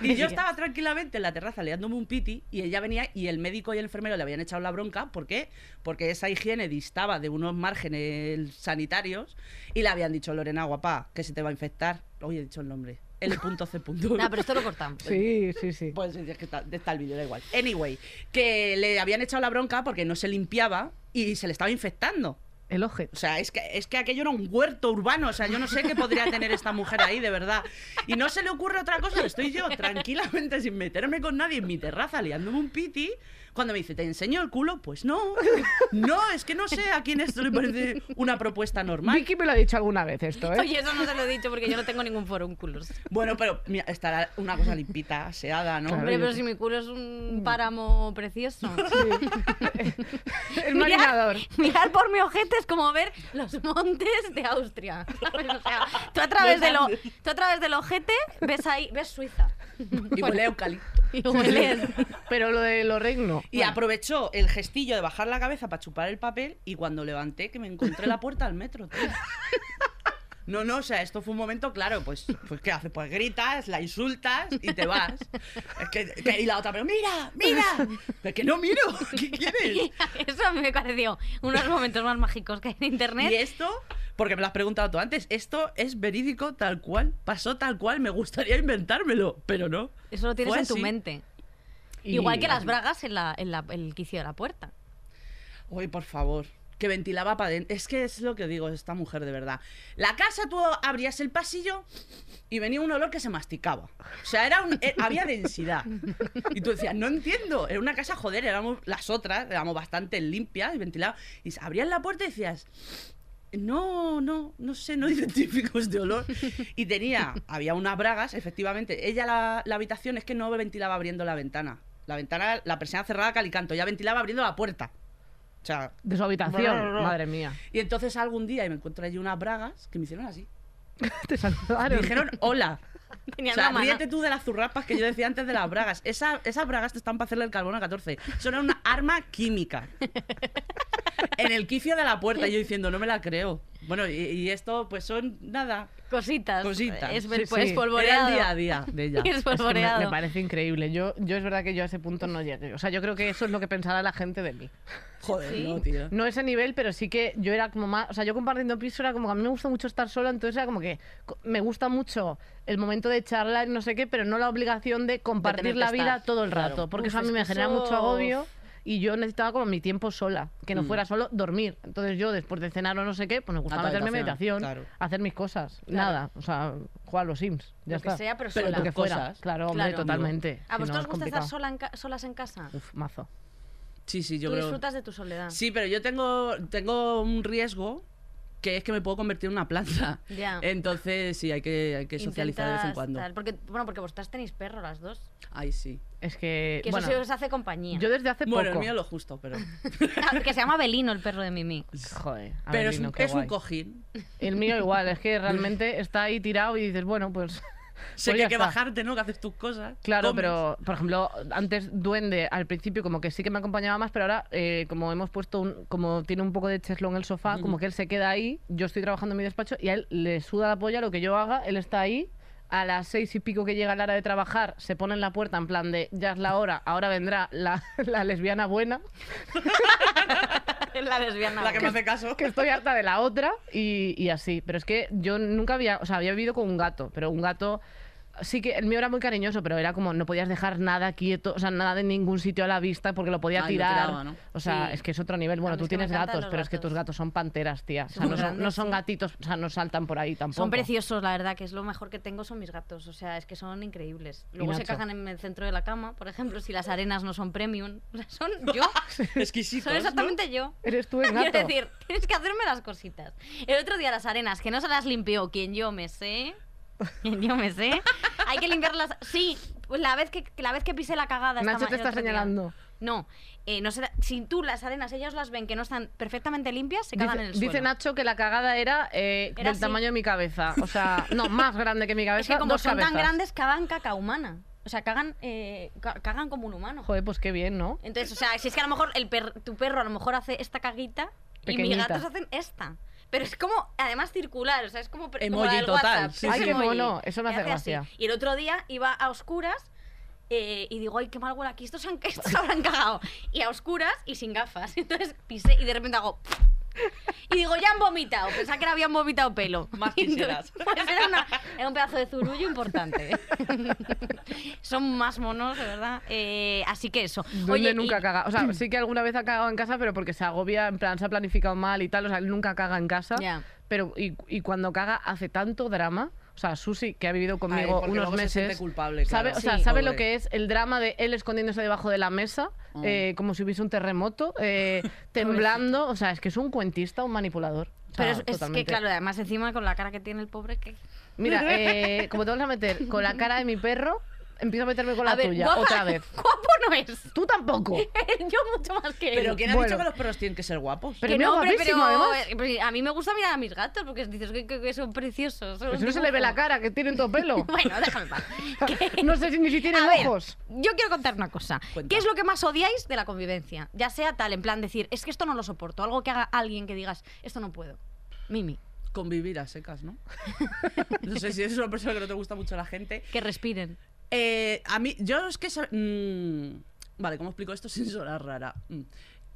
[SPEAKER 4] y yo estaba tranquilamente en la terraza leándome un piti y ella venía y el médico y el enfermero le habían echado la bronca. ¿Por qué? Porque esa higiene distaba de unos márgenes sanitarios y le habían dicho, Lorena, guapa, que se te va a infectar. Hoy he dicho el nombre. L.C.
[SPEAKER 3] No, pero esto lo cortamos.
[SPEAKER 2] Sí, sí, sí.
[SPEAKER 4] Pues es que está, está el vídeo, da igual. Anyway, que le habían echado la bronca porque no se limpiaba y se le estaba infectando.
[SPEAKER 2] El oje.
[SPEAKER 4] O sea, es que, es que aquello era un huerto urbano. O sea, yo no sé qué podría tener esta mujer ahí, de verdad. Y no se le ocurre otra cosa. Estoy yo tranquilamente, sin meterme con nadie, en mi terraza, liándome un piti. Cuando me dice, ¿te enseño el culo? Pues no. No, es que no sé a quién esto le parece una propuesta normal.
[SPEAKER 2] Vicky me lo ha dicho alguna vez esto, ¿eh?
[SPEAKER 3] Oye, eso no se lo he dicho porque yo no tengo ningún forúnculos.
[SPEAKER 4] Bueno, pero mira, estará una cosa limpita, aseada, ¿no?
[SPEAKER 2] Claro.
[SPEAKER 3] Hombre, pero si mi culo es
[SPEAKER 2] Mm.
[SPEAKER 3] un páramo precioso.
[SPEAKER 2] El marinador.
[SPEAKER 3] mirar por mi ojete es como ver los montes de Austria. ¿sabes? O sea, tú a través,
[SPEAKER 4] Los
[SPEAKER 3] de lo,
[SPEAKER 4] Andes.
[SPEAKER 3] tú a través del ojete ves ahí, ves Suiza.
[SPEAKER 4] Y huele a eucalipto.
[SPEAKER 3] Y hueles.
[SPEAKER 2] Pero lo de Lorraine no.
[SPEAKER 4] Y aprovechó el gestillo de bajar la cabeza para chupar el papel y cuando levanté que me encontré la puerta al metro, tío. No, no, o sea, esto fue un momento, claro, pues, pues ¿qué haces? Pues gritas, la insultas y te vas. Es que, que- y la otra, pero mira, mira. Es que no miro, ¿qué quieres?
[SPEAKER 3] Eso a mí me pareció uno de los momentos más mágicos que hay en internet.
[SPEAKER 4] Y esto, porque me lo has preguntado tú antes, esto es verídico tal cual, pasó tal cual, me gustaría inventármelo, pero no.
[SPEAKER 3] Eso lo tienes
[SPEAKER 4] Fue
[SPEAKER 3] en tu
[SPEAKER 4] así.
[SPEAKER 3] mente.
[SPEAKER 2] Y-
[SPEAKER 3] Igual que las bragas en, la, en la- el quicio de la puerta.
[SPEAKER 4] Uy, por favor. Que ventilaba para adentro. Es que es lo que digo, esta mujer de verdad. La casa, tú abrías el pasillo y venía un olor que se masticaba. O sea, era un- eh, había densidad. Y tú decías, no entiendo. Era una casa, joder, éramos las otras, éramos bastante limpias y ventiladas. Y abrías la puerta y decías, no, no, no sé, no identifico este olor. Y tenía, había unas bragas, efectivamente. Ella, la, la habitación, es que no ventilaba abriendo la ventana. La ventana, la persiana cerrada, calicanto. Ya ventilaba abriendo la puerta. O sea,
[SPEAKER 2] De su habitación.
[SPEAKER 4] Bla, bla, bla.
[SPEAKER 2] Madre mía.
[SPEAKER 4] y entonces algún día me encuentro allí unas bragas que me hicieron así.
[SPEAKER 2] Te
[SPEAKER 4] Me
[SPEAKER 2] saludaron.
[SPEAKER 4] dijeron, hola.
[SPEAKER 3] Tenía
[SPEAKER 4] o sea,
[SPEAKER 3] una mano.
[SPEAKER 4] ríete tú de las zurrapas que yo decía antes de las bragas. Esa- esas bragas te están para hacerle el carbón a 14. Son una arma química. En el quicio de la puerta, yo diciendo, no me la creo. Bueno, y, y esto, pues son nada.
[SPEAKER 3] Cositas.
[SPEAKER 4] Cositas.
[SPEAKER 3] Es,
[SPEAKER 2] Sí,
[SPEAKER 3] pues,
[SPEAKER 2] sí.
[SPEAKER 4] Era
[SPEAKER 3] polvoreado.
[SPEAKER 4] el día a día de ella.
[SPEAKER 3] Es
[SPEAKER 2] Es que me-
[SPEAKER 3] polvoreado.
[SPEAKER 2] me, parece increíble. Yo, yo es verdad que yo a ese punto no llegué. O sea, yo creo que eso es lo que pensará la gente de mí.
[SPEAKER 4] Joder,
[SPEAKER 3] Sí.
[SPEAKER 4] no, tío.
[SPEAKER 2] No ese nivel, pero sí que yo era como más. O sea, yo compartiendo piso era como que a mí me gusta mucho estar sola, entonces era como que co- me gusta mucho el momento de charlar, no sé qué, pero no la obligación de compartir
[SPEAKER 3] que
[SPEAKER 2] la vida
[SPEAKER 3] estar,
[SPEAKER 2] todo el
[SPEAKER 4] claro.
[SPEAKER 2] rato, porque
[SPEAKER 3] Uf,
[SPEAKER 2] eso a mí
[SPEAKER 3] es
[SPEAKER 2] me
[SPEAKER 3] que
[SPEAKER 2] genera
[SPEAKER 3] eso-
[SPEAKER 2] mucho agobio. Y yo necesitaba como mi tiempo sola, que
[SPEAKER 4] Mm.
[SPEAKER 2] no fuera solo dormir. Entonces yo, después de cenar o no sé qué, pues me gustaba
[SPEAKER 4] tu
[SPEAKER 2] meterme en mi
[SPEAKER 4] habitación,
[SPEAKER 2] habitación,
[SPEAKER 4] claro.
[SPEAKER 2] hacer mis cosas. Nada, o sea, jugar a los Sims, ya
[SPEAKER 3] Lo que
[SPEAKER 2] está.
[SPEAKER 3] sea, pero
[SPEAKER 4] Pero
[SPEAKER 3] sola.
[SPEAKER 2] lo que fuera.
[SPEAKER 4] cosas.
[SPEAKER 2] Claro, hombre,
[SPEAKER 3] Claro.
[SPEAKER 2] totalmente.
[SPEAKER 3] ¿A
[SPEAKER 2] Si no,
[SPEAKER 3] Ah,
[SPEAKER 2] es
[SPEAKER 3] vosotros os gusta estar
[SPEAKER 2] complicado.
[SPEAKER 3] sola en ca- solas en casa?
[SPEAKER 2] Uf, mazo.
[SPEAKER 4] Sí, sí, yo
[SPEAKER 3] Tú
[SPEAKER 4] creo.
[SPEAKER 3] disfrutas de tu soledad.
[SPEAKER 4] Sí, pero yo tengo, tengo un riesgo que es que me puedo convertir en una planta.
[SPEAKER 3] Ya.
[SPEAKER 4] Entonces, sí, hay que, hay que socializar de vez en
[SPEAKER 3] Intentas
[SPEAKER 4] cuando.
[SPEAKER 3] tal, porque, bueno, porque vosotras tenéis perro las dos.
[SPEAKER 4] Ay, sí.
[SPEAKER 2] Es que.
[SPEAKER 3] Que
[SPEAKER 2] bueno,
[SPEAKER 3] eso sí os hace compañía.
[SPEAKER 2] yo desde hace
[SPEAKER 4] Bueno, el
[SPEAKER 2] poco.
[SPEAKER 4] mío lo justo, pero.
[SPEAKER 3] Ah, que se llama Belino el perro de Mimi.
[SPEAKER 2] Joder, a
[SPEAKER 4] pero
[SPEAKER 2] ver,
[SPEAKER 4] es,
[SPEAKER 2] Lino,
[SPEAKER 4] un,
[SPEAKER 2] qué
[SPEAKER 4] es un
[SPEAKER 2] guay.
[SPEAKER 4] cojín.
[SPEAKER 2] El mío igual, es que realmente está ahí tirado y dices, bueno, pues
[SPEAKER 4] Sé
[SPEAKER 2] Pues
[SPEAKER 4] que
[SPEAKER 2] ya
[SPEAKER 4] hay que
[SPEAKER 2] está.
[SPEAKER 4] bajarte, ¿no? Que haces tus cosas.
[SPEAKER 2] Claro,
[SPEAKER 4] comes.
[SPEAKER 2] pero por ejemplo, antes Duende al principio como que sí que me acompañaba más, pero ahora eh, como hemos puesto, un- como tiene un poco de cheslón en el sofá, como que él se queda ahí, yo estoy trabajando en mi despacho y a él le suda la polla lo que yo haga, él está ahí, a las seis y pico que llega Lara de trabajar, se pone en la puerta en plan de ya es la hora, ahora vendrá la, la lesbiana buena,
[SPEAKER 3] La lesbiana.
[SPEAKER 4] La que me hace caso.
[SPEAKER 2] que estoy harta de la otra y, y así. Pero es que yo nunca había, o sea, había vivido con un gato, pero un gato... Sí que el mío era muy cariñoso, pero era como no podías dejar nada quieto, o sea, nada de ningún sitio a la vista porque lo podía
[SPEAKER 4] Ah, y lo
[SPEAKER 2] tirar.
[SPEAKER 4] tiraba, ¿no?
[SPEAKER 2] O sea,
[SPEAKER 3] Sí.
[SPEAKER 2] es que es otro nivel.
[SPEAKER 3] A
[SPEAKER 2] Bueno,
[SPEAKER 3] mí
[SPEAKER 2] tú
[SPEAKER 3] es que me
[SPEAKER 2] tienes
[SPEAKER 3] encantan
[SPEAKER 2] gatos,
[SPEAKER 3] los
[SPEAKER 2] pero es que
[SPEAKER 3] gatos.
[SPEAKER 2] tus gatos son panteras, tía. O sea,
[SPEAKER 3] Son
[SPEAKER 2] no, son,
[SPEAKER 3] grandes,
[SPEAKER 2] no son
[SPEAKER 3] sí.
[SPEAKER 2] gatitos, o sea, no saltan por ahí tampoco.
[SPEAKER 3] Son preciosos, la verdad, que es lo mejor que tengo son mis gatos. O sea, es que son increíbles. Luego se
[SPEAKER 2] Nacho.
[SPEAKER 3] cagan en el centro de la cama, por ejemplo, si las arenas no son premium. O sea, son yo.
[SPEAKER 4] Exquisitos.
[SPEAKER 3] Son
[SPEAKER 4] ¿no?
[SPEAKER 3] exactamente yo.
[SPEAKER 2] Eres tú el
[SPEAKER 3] Quiero
[SPEAKER 2] gato.
[SPEAKER 3] decir, tienes que hacerme las cositas. El otro día las arenas, que no se las limpió, quien yo me sé. Quien yo me sé. Hay que limpiarlas. Sí, pues la vez que, la vez que pisé la cagada. esta
[SPEAKER 2] Nacho
[SPEAKER 3] ma-
[SPEAKER 2] te
[SPEAKER 3] el
[SPEAKER 2] está
[SPEAKER 3] otro día.
[SPEAKER 2] señalando.
[SPEAKER 3] No, eh, no se da- si tú las arenas, ellas las ven que no están perfectamente limpias, se cagan
[SPEAKER 2] dice,
[SPEAKER 3] en el
[SPEAKER 2] dice
[SPEAKER 3] suelo.
[SPEAKER 2] Nacho que la cagada era, eh, del
[SPEAKER 3] Era así.
[SPEAKER 2] tamaño de mi cabeza. O sea, no, más grande que mi cabeza.
[SPEAKER 3] es que como
[SPEAKER 2] dos
[SPEAKER 3] son tan
[SPEAKER 2] cabezas.
[SPEAKER 3] grandes, cagan caca humana. O sea, cagan, eh, ca- cagan como un humano.
[SPEAKER 2] Joder, pues qué bien, ¿no?
[SPEAKER 3] Entonces, o sea, si es que a lo mejor el per- tu perro a lo mejor hace esta caguita y mis
[SPEAKER 2] Pequeñita.
[SPEAKER 3] gatos hacen esta. Pero es como, además, circular, o sea, es como, pre- como
[SPEAKER 4] Emoji
[SPEAKER 3] la del
[SPEAKER 4] total,
[SPEAKER 3] WhatsApp.
[SPEAKER 4] sí,
[SPEAKER 3] es
[SPEAKER 4] sí. Ay, qué
[SPEAKER 3] emoji.
[SPEAKER 2] mono, eso me hace
[SPEAKER 3] así.
[SPEAKER 2] gracia.
[SPEAKER 3] Y el otro día iba a oscuras eh, y digo, ay, qué mal huele aquí, estos, han, estos habrán cagado. Y a oscuras y sin gafas. Entonces pisé y de repente hago... Y digo, ya han vomitado. Pensaba que le habían vomitado pelo.
[SPEAKER 4] Más quisieras.
[SPEAKER 3] Entonces, pues era, una- era un pedazo de zurullo importante. Son más monos, de verdad. Eh, así que eso.
[SPEAKER 2] Duende
[SPEAKER 3] Oye, y-
[SPEAKER 2] nunca caga. O sea, sí que alguna vez ha cagado en casa, pero porque se agobia, en plan, se ha planificado mal y tal. O sea, él nunca caga en casa.
[SPEAKER 3] Ya.
[SPEAKER 2] Pero, y, y cuando caga, hace tanto drama. O sea, Susi, que ha vivido conmigo
[SPEAKER 4] porque
[SPEAKER 2] unos
[SPEAKER 4] luego se
[SPEAKER 2] meses.
[SPEAKER 4] siente culpable,
[SPEAKER 2] sabe,
[SPEAKER 4] claro.
[SPEAKER 2] O sea,
[SPEAKER 4] Sí.
[SPEAKER 2] sabe
[SPEAKER 4] Pobre.
[SPEAKER 2] lo que es el drama de él escondiéndose debajo de la mesa,
[SPEAKER 4] Mm.
[SPEAKER 2] eh, como si hubiese un terremoto, eh, temblando. O sea, es que es un cuentista, un manipulador. O sea,
[SPEAKER 3] Pero es- es, que,
[SPEAKER 2] totalmente.
[SPEAKER 3] claro, además encima con la cara que tiene el pobre que...
[SPEAKER 2] Mira, eh, como te vas a meter con la cara de mi perro, empiezo a meterme con la tuya
[SPEAKER 3] guapa-
[SPEAKER 2] otra vez.
[SPEAKER 3] Guapo no es.
[SPEAKER 2] Tú tampoco.
[SPEAKER 3] Yo mucho más que él.
[SPEAKER 4] Pero ¿quién ha
[SPEAKER 2] Bueno.
[SPEAKER 4] dicho que los perros tienen que ser guapos?
[SPEAKER 2] Pero
[SPEAKER 3] Que
[SPEAKER 2] mira,
[SPEAKER 3] no, hombre,
[SPEAKER 2] guapísimo, además.
[SPEAKER 3] eh, pero a mí me gusta mirar a mis gatos porque dices que, que- que son preciosos. son
[SPEAKER 2] Pero
[SPEAKER 3] un
[SPEAKER 2] Pues si no se le ve
[SPEAKER 3] dibujo.
[SPEAKER 2] la cara, que tienen todo pelo.
[SPEAKER 3] Bueno, déjame en paz. Que-
[SPEAKER 2] No sé si ni si tienen
[SPEAKER 3] a ver,
[SPEAKER 2] ojos.
[SPEAKER 3] yo quiero contar una cosa.
[SPEAKER 4] Cuenta.
[SPEAKER 3] ¿Qué es lo que más odiáis de la convivencia? Ya sea tal, en plan decir, es que esto no lo soporto. Algo que haga alguien que digas, esto no puedo. Mimi,
[SPEAKER 4] Convivir a secas, ¿no? No sé si eres una persona que no te gusta mucho la gente.
[SPEAKER 3] que respiren.
[SPEAKER 4] Eh, a mí, yo es que... so- mm, vale, ¿cómo explico esto sin sonar rara? Mm.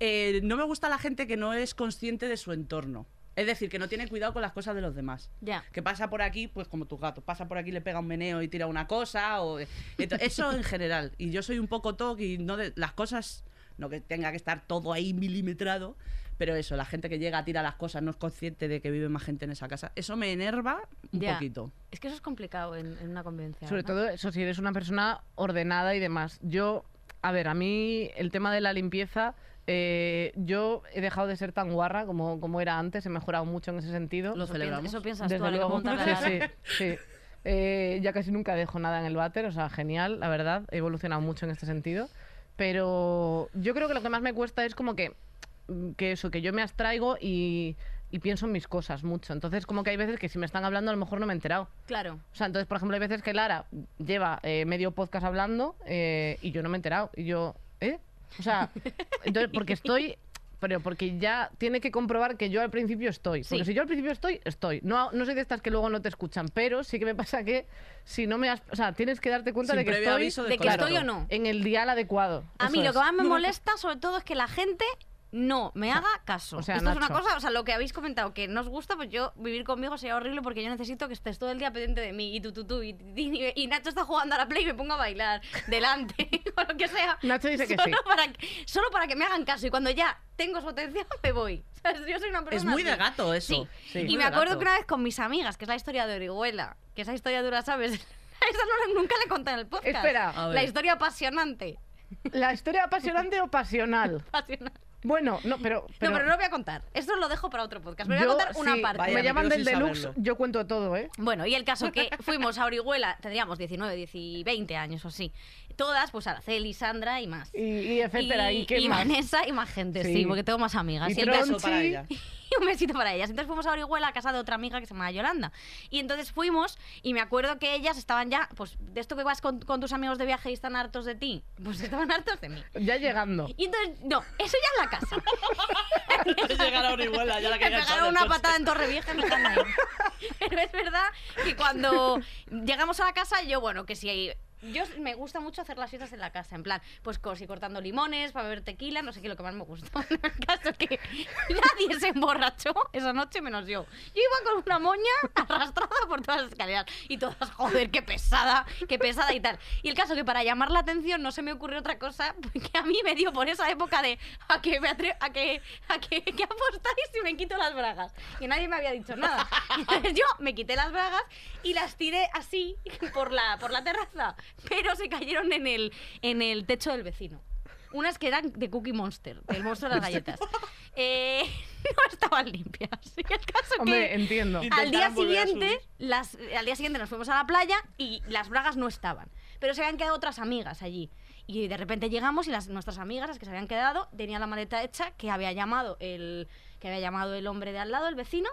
[SPEAKER 4] Eh, no me gusta la gente que no es consciente de su entorno. Es decir, que no tiene cuidado con las cosas de los demás.
[SPEAKER 3] Ya.
[SPEAKER 4] Que pasa por aquí, pues como tus gatos, pasa por aquí, le pega un meneo y tira una cosa. O... Ento- eso en general. Y yo soy un poco toc y no de... las cosas, no que tenga que estar todo ahí milimetrado, pero eso, la gente que llega, tira las cosas, no es consciente de que vive más gente en esa casa. Eso me enerva un
[SPEAKER 3] Ya.
[SPEAKER 4] poquito.
[SPEAKER 3] Es que eso es complicado en, en una convivencia.
[SPEAKER 2] Sobre
[SPEAKER 3] ¿verdad?
[SPEAKER 2] todo eso, si eres una persona ordenada y demás. Yo, a ver, a mí el tema de la limpieza, eh, yo he dejado de ser tan guarra como, como era antes, he mejorado mucho en ese sentido.
[SPEAKER 4] Lo
[SPEAKER 3] Eso, piensas-
[SPEAKER 4] celebramos.
[SPEAKER 3] eso piensas
[SPEAKER 2] Desde
[SPEAKER 3] tú, ahora que
[SPEAKER 2] luego.
[SPEAKER 3] preguntarle a
[SPEAKER 2] Sí,
[SPEAKER 3] Lara.
[SPEAKER 2] sí, sí. Eh, ya casi nunca dejo nada en el váter, o sea, genial, la verdad. He evolucionado mucho en este sentido. Pero yo creo que lo que más me cuesta es como que, que eso, que yo me abstraigo y, y pienso en mis cosas mucho. Entonces, como que hay veces que si me están hablando, a lo mejor no me he enterado.
[SPEAKER 3] Claro.
[SPEAKER 2] O sea, entonces, por ejemplo, hay veces que Lara lleva eh, medio podcast hablando eh, y yo no me he enterado. Y yo, ¿eh? O sea, entonces, porque estoy. Pero porque ya tiene que comprobar que yo al principio estoy. Porque
[SPEAKER 3] Sí.
[SPEAKER 2] si yo al principio estoy, estoy. No, no soy de estas que luego no te escuchan, pero sí que me pasa que si no me has. O sea, tienes que darte cuenta
[SPEAKER 4] Sin
[SPEAKER 2] de que
[SPEAKER 4] previo
[SPEAKER 2] estoy.
[SPEAKER 4] aviso,
[SPEAKER 3] de que
[SPEAKER 4] desconecto.
[SPEAKER 3] estoy o no.
[SPEAKER 2] En el dial adecuado.
[SPEAKER 3] A mí
[SPEAKER 2] Eso
[SPEAKER 3] lo
[SPEAKER 2] es.
[SPEAKER 3] que más me molesta, sobre todo, es que la gente no me haga caso.
[SPEAKER 2] o sea,
[SPEAKER 3] Esto es una
[SPEAKER 2] Nacho.
[SPEAKER 3] cosa, o sea, lo que habéis comentado que no os gusta, pues yo vivir conmigo sería horrible porque yo necesito que estés todo el día pendiente de mí y tú, tú, tú, y, y- y Nacho está jugando a la play y me pongo a bailar delante o lo que sea.
[SPEAKER 2] Nacho dice que
[SPEAKER 3] solo
[SPEAKER 2] sí.
[SPEAKER 3] Para que, solo para que me hagan caso y cuando ya tengo su atención me voy. ¿Sabes? Yo soy una persona.
[SPEAKER 4] Es muy de
[SPEAKER 3] así.
[SPEAKER 4] gato eso.
[SPEAKER 3] Sí.
[SPEAKER 2] Sí.
[SPEAKER 3] Y
[SPEAKER 4] Muy
[SPEAKER 3] me
[SPEAKER 4] de
[SPEAKER 3] acuerdo
[SPEAKER 4] gato.
[SPEAKER 3] que una vez con mis amigas, que es la historia de Orihuela, que esa historia dura, ¿sabes? Esa no, la- nunca la he contado en el podcast.
[SPEAKER 2] Espera.
[SPEAKER 4] A ver.
[SPEAKER 3] La historia apasionante.
[SPEAKER 2] ¿La historia apasionante o pasional?
[SPEAKER 3] Apasionante.
[SPEAKER 2] Bueno, no, pero.
[SPEAKER 3] No, pero no lo voy a contar. Esto lo dejo para otro podcast. Pero
[SPEAKER 2] yo,
[SPEAKER 3] voy a contar una
[SPEAKER 2] sí,
[SPEAKER 3] parte.
[SPEAKER 4] Vaya,
[SPEAKER 2] me
[SPEAKER 4] me
[SPEAKER 2] llaman
[SPEAKER 4] quedo
[SPEAKER 2] del
[SPEAKER 4] sin
[SPEAKER 2] deluxe,
[SPEAKER 4] saberlo.
[SPEAKER 2] yo cuento todo, ¿eh?
[SPEAKER 3] Bueno, y el caso que fuimos a Orihuela, tendríamos 19, 10 y 20 años o así. Todas, pues Araceli, Sandra y más.
[SPEAKER 2] Y, y etcétera, y, qué más.
[SPEAKER 3] Vanessa y más gente, sí.
[SPEAKER 2] Sí.
[SPEAKER 3] porque tengo más amigas.
[SPEAKER 2] Y
[SPEAKER 3] Y entonces-
[SPEAKER 2] Tronchi.
[SPEAKER 4] para ella.
[SPEAKER 3] y un besito para ellas. Entonces fuimos a Orihuela a casa de otra amiga que se llama Yolanda. Y entonces fuimos y me acuerdo que ellas estaban ya, pues de esto que vas con, con tus amigos de viaje y están hartos de ti, pues estaban hartos de mí.
[SPEAKER 2] Ya llegando.
[SPEAKER 3] Y entonces, no, eso ya en la casa.
[SPEAKER 4] Antes de llegar a Orihuela, ya la pues,
[SPEAKER 3] Me
[SPEAKER 4] caía el sol
[SPEAKER 3] pegaron
[SPEAKER 4] del
[SPEAKER 3] una
[SPEAKER 4] coche.
[SPEAKER 3] patada en Torrevieja y me están ahí. Pero es verdad que cuando llegamos a la casa, yo, bueno, que si hay. Yo me gusta mucho hacer las fiestas en la casa, en plan, pues cosí cortando limones para beber tequila, no sé qué, lo que más me gusta. El caso es que nadie se emborrachó esa noche menos yo. Yo iba con una moña arrastrada por todas las escaleras y todas, joder, qué pesada, qué pesada y tal. Y el caso que para llamar la atención no se me ocurrió otra cosa que a mí me dio por esa época de a que me atre- a que a que, que apostáis y me quito las bragas. Y nadie me había dicho nada. Entonces yo me quité las bragas y las tiré así por la por la terraza, pero se cayeron en el en el techo del vecino. Unas que eran de Cookie Monster, del monstruo de las galletas. Eh, no estaban limpias. Y el caso que...
[SPEAKER 2] Hombre, entiendo.
[SPEAKER 4] Intentaron
[SPEAKER 3] Al día
[SPEAKER 4] volver a
[SPEAKER 3] siguiente,
[SPEAKER 4] subir.
[SPEAKER 3] las, al día siguiente nos fuimos a la playa y las bragas no estaban. Pero se habían quedado otras amigas allí. Y de repente llegamos y las, nuestras amigas, las que se habían quedado, tenían la maleta hecha que había llamado el que había llamado el hombre de al lado, el vecino,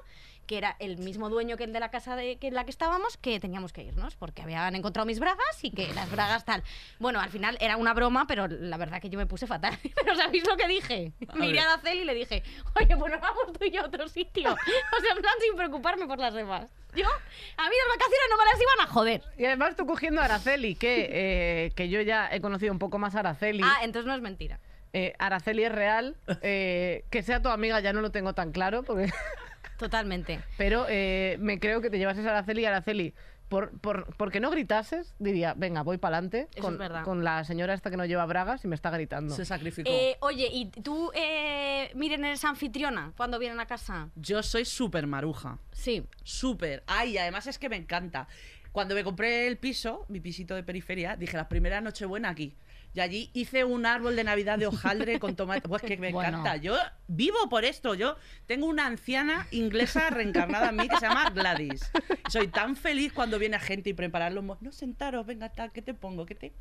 [SPEAKER 3] que era el mismo dueño que el de la casa de, que en la que estábamos, que teníamos que irnos, porque habían encontrado mis bragas y que las bragas tal. Bueno, al final era una broma, pero la verdad que yo me puse fatal. Pero ¿sabéis lo que dije?
[SPEAKER 4] A
[SPEAKER 3] Miré
[SPEAKER 4] ver.
[SPEAKER 3] a Cel y le dije, oye, pues nos vamos tú y yo a otro sitio. O sea, en plan sin preocuparme por las demás. Yo, a mí las vacaciones no me las iban a joder.
[SPEAKER 2] Y además tú cogiendo a Araceli, que, eh, que yo ya he conocido un poco más a Araceli.
[SPEAKER 3] Ah, entonces no es mentira.
[SPEAKER 2] Eh, Araceli es real. eh, que sea tu amiga ya no lo tengo tan claro, porque,
[SPEAKER 3] Totalmente.
[SPEAKER 2] pero eh, me creo que te llevases a Araceli y Araceli. Por, por, porque no gritases, diría, venga, voy para adelante
[SPEAKER 3] Eso
[SPEAKER 2] con,
[SPEAKER 3] es verdad.
[SPEAKER 2] con la señora esta que no lleva bragas y me está gritando.
[SPEAKER 4] Se sacrificó.
[SPEAKER 3] Eh, oye, ¿y tú, eh, miren, eres anfitriona cuando vienen a casa?
[SPEAKER 4] Yo soy súper maruja.
[SPEAKER 3] Sí.
[SPEAKER 4] Súper. Ay, además es que me encanta. Cuando me compré el piso, mi pisito de periferia, dije la primera noche buena aquí. Y allí hice un árbol de Navidad de hojaldre con tomate. Pues que me
[SPEAKER 3] Bueno.
[SPEAKER 4] encanta. Yo vivo por esto. Yo tengo una anciana inglesa reencarnada en mí que se llama Gladys. Soy tan feliz cuando viene gente y preparar los mo- No sentaros, venga, tal, ¿qué te pongo? ¿Qué te...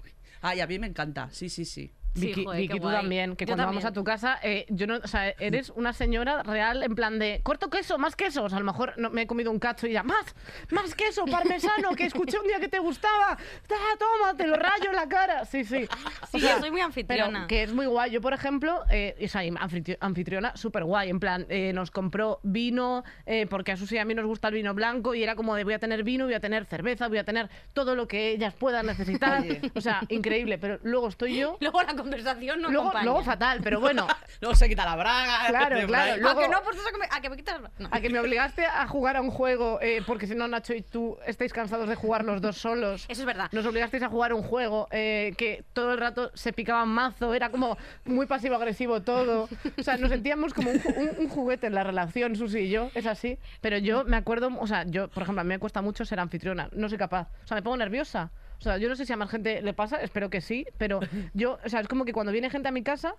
[SPEAKER 4] Ay, a mí me encanta. Sí, sí, sí.
[SPEAKER 3] Sí,
[SPEAKER 2] Vicky,
[SPEAKER 3] joder, qué
[SPEAKER 2] Vicky, tú
[SPEAKER 3] guay.
[SPEAKER 2] también, que
[SPEAKER 3] Yo
[SPEAKER 2] cuando
[SPEAKER 3] también.
[SPEAKER 2] vamos a tu casa, eh, yo no, o sea, eres una señora real en plan de corto queso, más queso. O sea, a lo mejor no, me he comido un cacho y ya, más, más queso, parmesano, que escuché un día que te gustaba. Ah, toma, te lo rayo en la cara. Sí, sí.
[SPEAKER 3] Sí, yo soy muy anfitriona.
[SPEAKER 2] Pero que es muy guay. Yo, por ejemplo, eh, o sea, anfitri- anfitriona súper guay. En plan, eh, nos compró vino, eh, porque a Susi y a mí nos gusta el vino blanco, y era como de voy a tener vino, voy a tener cerveza, voy a tener todo lo que ellas puedan necesitar.
[SPEAKER 4] Oye.
[SPEAKER 2] O sea, increíble. Pero luego estoy yo
[SPEAKER 3] Luego la conversación no
[SPEAKER 2] luego,
[SPEAKER 3] acompaña.
[SPEAKER 2] luego fatal, pero bueno,
[SPEAKER 4] Luego se quita la braga.
[SPEAKER 2] Claro, claro.
[SPEAKER 3] A que
[SPEAKER 2] luego-
[SPEAKER 3] no, pues eso que me- a que me quitas... No.
[SPEAKER 2] a que me obligaste a jugar a un juego, eh, porque si no, Nacho y tú estáis cansados de jugar los dos solos.
[SPEAKER 3] Eso es verdad.
[SPEAKER 2] Nos obligasteis a jugar un juego eh, que todo el rato se picaba mazo, era como muy pasivo-agresivo todo. O sea, nos sentíamos como un, ju- un- un juguete en la relación, Susi y yo, es así. Pero yo me acuerdo, o sea, yo, por ejemplo, a mí me cuesta mucho ser anfitriona, no soy capaz. O sea, me pongo nerviosa. O sea, yo no sé si a más gente le pasa, espero que sí, pero yo, o sea, es como que cuando viene gente a mi casa,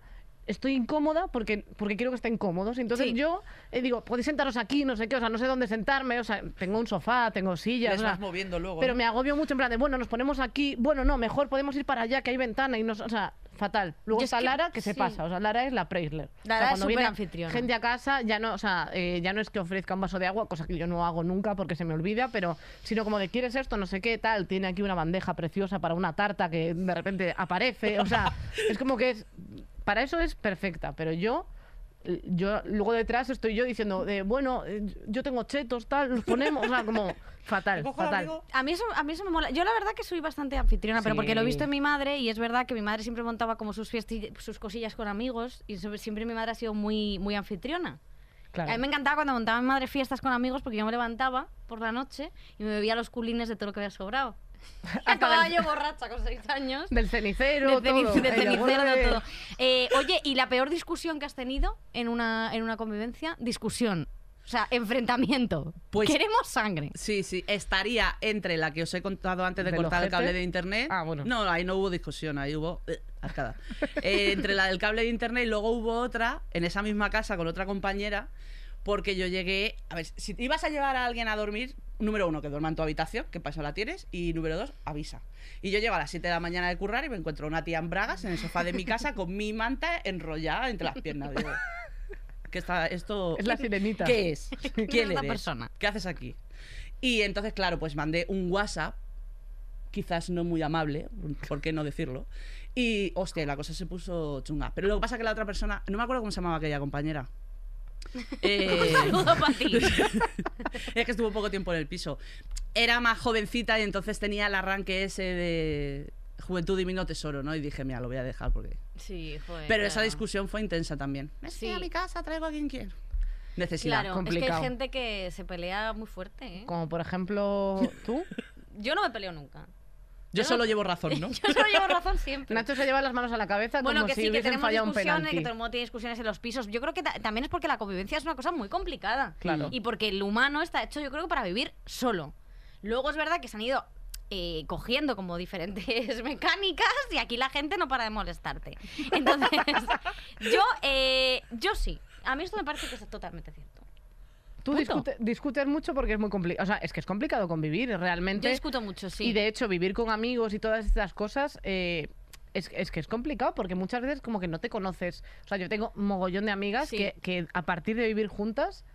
[SPEAKER 2] estoy incómoda porque, porque quiero que estén cómodos. Entonces
[SPEAKER 3] Sí.
[SPEAKER 2] yo eh, digo, podéis sentaros aquí, no sé qué, o sea, no sé dónde sentarme, o sea, tengo un sofá, tengo sillas.
[SPEAKER 4] Les
[SPEAKER 2] o sea,
[SPEAKER 4] vas moviendo luego.
[SPEAKER 2] pero
[SPEAKER 4] ¿no?
[SPEAKER 2] me agobio mucho en plan de, bueno, nos ponemos aquí, bueno, no, mejor podemos ir para allá que hay ventana y nos, o sea, fatal. Luego
[SPEAKER 3] Yo es
[SPEAKER 2] está
[SPEAKER 3] que-
[SPEAKER 2] Lara que se
[SPEAKER 3] sí.
[SPEAKER 2] pasa, o sea, Lara es la Preisler. O sea,
[SPEAKER 3] Lara es
[SPEAKER 2] cuando viene
[SPEAKER 3] superanfitriona.
[SPEAKER 2] Gente a casa ya no, o sea, eh, ya no es que ofrezca un vaso de agua, cosa que yo no hago nunca porque se me olvida, pero sino como de quieres esto, no sé qué, tal, tiene aquí una bandeja preciosa para una tarta que de repente aparece, o sea, es como que es para eso es perfecta, pero yo yo luego detrás estoy yo diciendo de, bueno eh, yo tengo chetos tal los ponemos o sea como fatal
[SPEAKER 4] Te cojo el
[SPEAKER 2] fatal
[SPEAKER 4] abrigo.
[SPEAKER 3] A mí, eso, a mí eso me mola. Yo la verdad que soy bastante anfitriona, pero porque lo he
[SPEAKER 2] Sí.
[SPEAKER 3] visto en mi madre y es verdad que mi madre siempre montaba como sus fiesti- sus cosillas con amigos y sobre- siempre mi madre ha sido muy, muy anfitriona.
[SPEAKER 2] Claro.
[SPEAKER 3] A mí me encantaba cuando montaba mi madre fiestas con amigos porque yo me levantaba por la noche y me bebía los culines de todo lo que había sobrado. Y Acababa
[SPEAKER 2] del-
[SPEAKER 3] yo borracha con seis años.
[SPEAKER 2] Del cenicero, todo.
[SPEAKER 3] de ceni- de
[SPEAKER 2] Ahí la
[SPEAKER 3] cenicero, de
[SPEAKER 2] vuelve.
[SPEAKER 3] todo. Eh, oye, ¿y la peor discusión que has tenido en una, en una convivencia? Discusión. O sea, enfrentamiento.
[SPEAKER 4] Pues-
[SPEAKER 3] Queremos sangre.
[SPEAKER 4] Sí, sí, estaría entre la que os he contado antes de
[SPEAKER 2] ¿Del
[SPEAKER 4] cortar el
[SPEAKER 2] ojete?
[SPEAKER 4] cable de internet.
[SPEAKER 2] Ah, bueno.
[SPEAKER 4] No, ahí no hubo discusión, ahí hubo eh, arcada. Eh, entre la del cable de internet y luego hubo otra, en esa misma casa con otra compañera, Porque yo llegué. A ver, si ibas a llevar a alguien a dormir, número uno, que duerma en tu habitación, que para eso la tienes. Y número dos, avisa. Y yo llego a las 7 de la mañana de currar y me encuentro a una tía en bragas en el sofá de mi casa con mi manta enrollada entre las piernas. Digo, ¿qué está esto?
[SPEAKER 2] Es la sirenita.
[SPEAKER 4] ¿Qué es? ¿Quién
[SPEAKER 3] Es la
[SPEAKER 4] eres?
[SPEAKER 3] persona.
[SPEAKER 4] ¿Qué haces aquí? Y entonces, claro, pues mandé un WhatsApp, quizás no muy amable, ¿por qué no decirlo? Y, hostia, la cosa se puso chunga. Pero lo que pasa es que la otra persona, no me acuerdo cómo se llamaba aquella compañera. Eh,
[SPEAKER 3] Saludo para ti.
[SPEAKER 4] es que estuvo poco tiempo en el piso. Era más jovencita y entonces tenía el arranque ese de juventud divino tesoro, ¿no? Y dije, mira, lo voy a dejar porque...
[SPEAKER 3] Sí, joder.
[SPEAKER 4] Pero esa
[SPEAKER 3] claro.
[SPEAKER 4] discusión fue intensa también. Es que
[SPEAKER 3] Pues Sí.
[SPEAKER 4] a mi casa traigo a quien quiero. Necesidad.
[SPEAKER 3] Claro, es que
[SPEAKER 2] complicado.
[SPEAKER 3] hay gente que se pelea muy fuerte, ¿eh?
[SPEAKER 2] Como por ejemplo tú.
[SPEAKER 3] Yo no me peleo nunca.
[SPEAKER 4] Yo solo llevo razón, ¿no?
[SPEAKER 3] Yo solo llevo razón siempre.
[SPEAKER 2] Nacho se lleva las manos a la cabeza
[SPEAKER 3] bueno,
[SPEAKER 2] como
[SPEAKER 3] que
[SPEAKER 2] si
[SPEAKER 3] sí, que
[SPEAKER 2] hubiesen
[SPEAKER 3] tenemos
[SPEAKER 2] fallado un
[SPEAKER 3] discusiones,
[SPEAKER 2] penalti.
[SPEAKER 3] que todo el mundo tiene discusiones en los pisos. Yo creo que ta- también es porque la convivencia es una cosa muy complicada.
[SPEAKER 2] Claro.
[SPEAKER 3] Y porque el humano está hecho, yo creo, que para vivir solo. Luego es verdad que se han ido eh, cogiendo como diferentes mecánicas y aquí la gente no para de molestarte. Entonces, yo, eh, yo sí. A mí esto me parece que es totalmente cierto.
[SPEAKER 2] Tú
[SPEAKER 3] Punto.
[SPEAKER 2] discute- discutes mucho porque es muy complicado. O sea, es que es complicado convivir realmente.
[SPEAKER 3] Yo discuto mucho, sí.
[SPEAKER 2] Y de hecho, vivir con amigos y todas estas cosas eh, es, es que es complicado porque muchas veces como que no te conoces. O sea, yo tengo mogollón de amigas
[SPEAKER 3] Sí.
[SPEAKER 2] que, que a partir de vivir juntas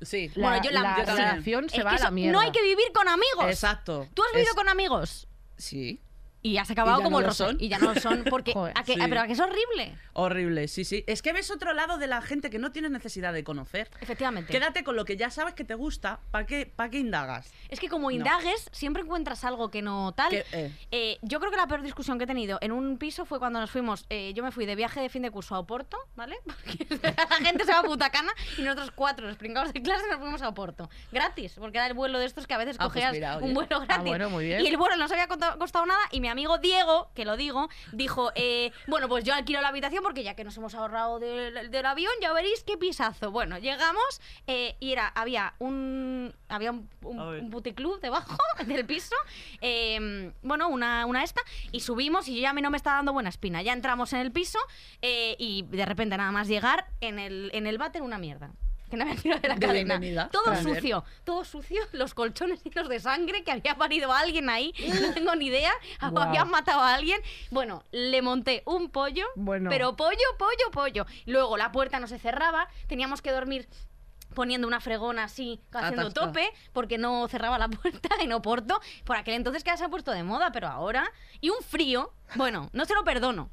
[SPEAKER 4] Sí.
[SPEAKER 2] la,
[SPEAKER 3] Bueno, yo la-
[SPEAKER 2] la
[SPEAKER 4] yo también.
[SPEAKER 2] relación se
[SPEAKER 3] Es
[SPEAKER 2] va
[SPEAKER 3] que
[SPEAKER 2] a la
[SPEAKER 3] eso-
[SPEAKER 2] mierda.
[SPEAKER 3] No hay que vivir con amigos.
[SPEAKER 4] Exacto.
[SPEAKER 3] Tú has vivido
[SPEAKER 4] Es-
[SPEAKER 3] con amigos
[SPEAKER 4] Sí.
[SPEAKER 3] y has acabado
[SPEAKER 4] ya
[SPEAKER 3] como
[SPEAKER 4] no
[SPEAKER 3] el
[SPEAKER 4] lo
[SPEAKER 3] rosa.
[SPEAKER 4] son.
[SPEAKER 3] Y ya no lo son porque...
[SPEAKER 2] Joder,
[SPEAKER 3] ¿a que,
[SPEAKER 4] sí.
[SPEAKER 3] ah, Pero ¿a que es horrible.
[SPEAKER 4] Horrible, sí, sí. Es que ves otro lado de la gente que no tienes necesidad de conocer.
[SPEAKER 3] Efectivamente.
[SPEAKER 4] Quédate con lo que ya sabes que te gusta. ¿Para qué, pa' qué indagas?
[SPEAKER 3] Es que como indagues, siempre encuentras algo que no tal.
[SPEAKER 4] Que, eh.
[SPEAKER 3] Eh, yo creo que la peor discusión que he tenido en un piso fue cuando nos fuimos. eh, yo me fui de viaje de fin de curso a Oporto, ¿vale? Porque la gente se va a Putacana y nosotros cuatro, los pringados de clase, nos fuimos a Oporto. Gratis, porque era el vuelo de estos que a veces
[SPEAKER 4] Ah, pues
[SPEAKER 3] cogías
[SPEAKER 4] mira, oye.
[SPEAKER 3] un vuelo gratis.
[SPEAKER 2] bueno, muy bien.
[SPEAKER 3] Y el vuelo no nos había contado- costado nada y mi amigo Diego, que lo digo, dijo: eh, Bueno, pues yo alquilo la habitación porque ya que nos hemos ahorrado del, del avión, ya veréis qué pisazo. Bueno, llegamos eh, y era, había un. Había un- un-
[SPEAKER 4] A ver.
[SPEAKER 3] un puticlub debajo del piso. eh, bueno, una, una esta. Y subimos y yo ya a mí no me está dando buena espina. Ya entramos en el piso eh, y de repente nada más llegar en el, en el váter una mierda. Que no había tirado de la
[SPEAKER 4] De
[SPEAKER 3] cadena.
[SPEAKER 4] bienvenida.
[SPEAKER 3] Todo
[SPEAKER 4] Vale.
[SPEAKER 3] sucio, todo sucio, los colchones llenos de sangre que había parido a alguien ahí, no tengo ni idea, o
[SPEAKER 2] Guau.
[SPEAKER 3] habían matado a alguien. Bueno, le monté un pollo,
[SPEAKER 2] Bueno.
[SPEAKER 3] pero pollo, pollo, pollo. Luego la puerta no se cerraba, teníamos que dormir poniendo una fregona así,
[SPEAKER 2] Ah,
[SPEAKER 3] haciendo
[SPEAKER 4] Atascada.
[SPEAKER 3] tope, porque no cerraba la puerta en Oporto. Por aquel entonces que ya se ha puesto de moda, pero ahora. Y un frío, bueno, no se lo perdono.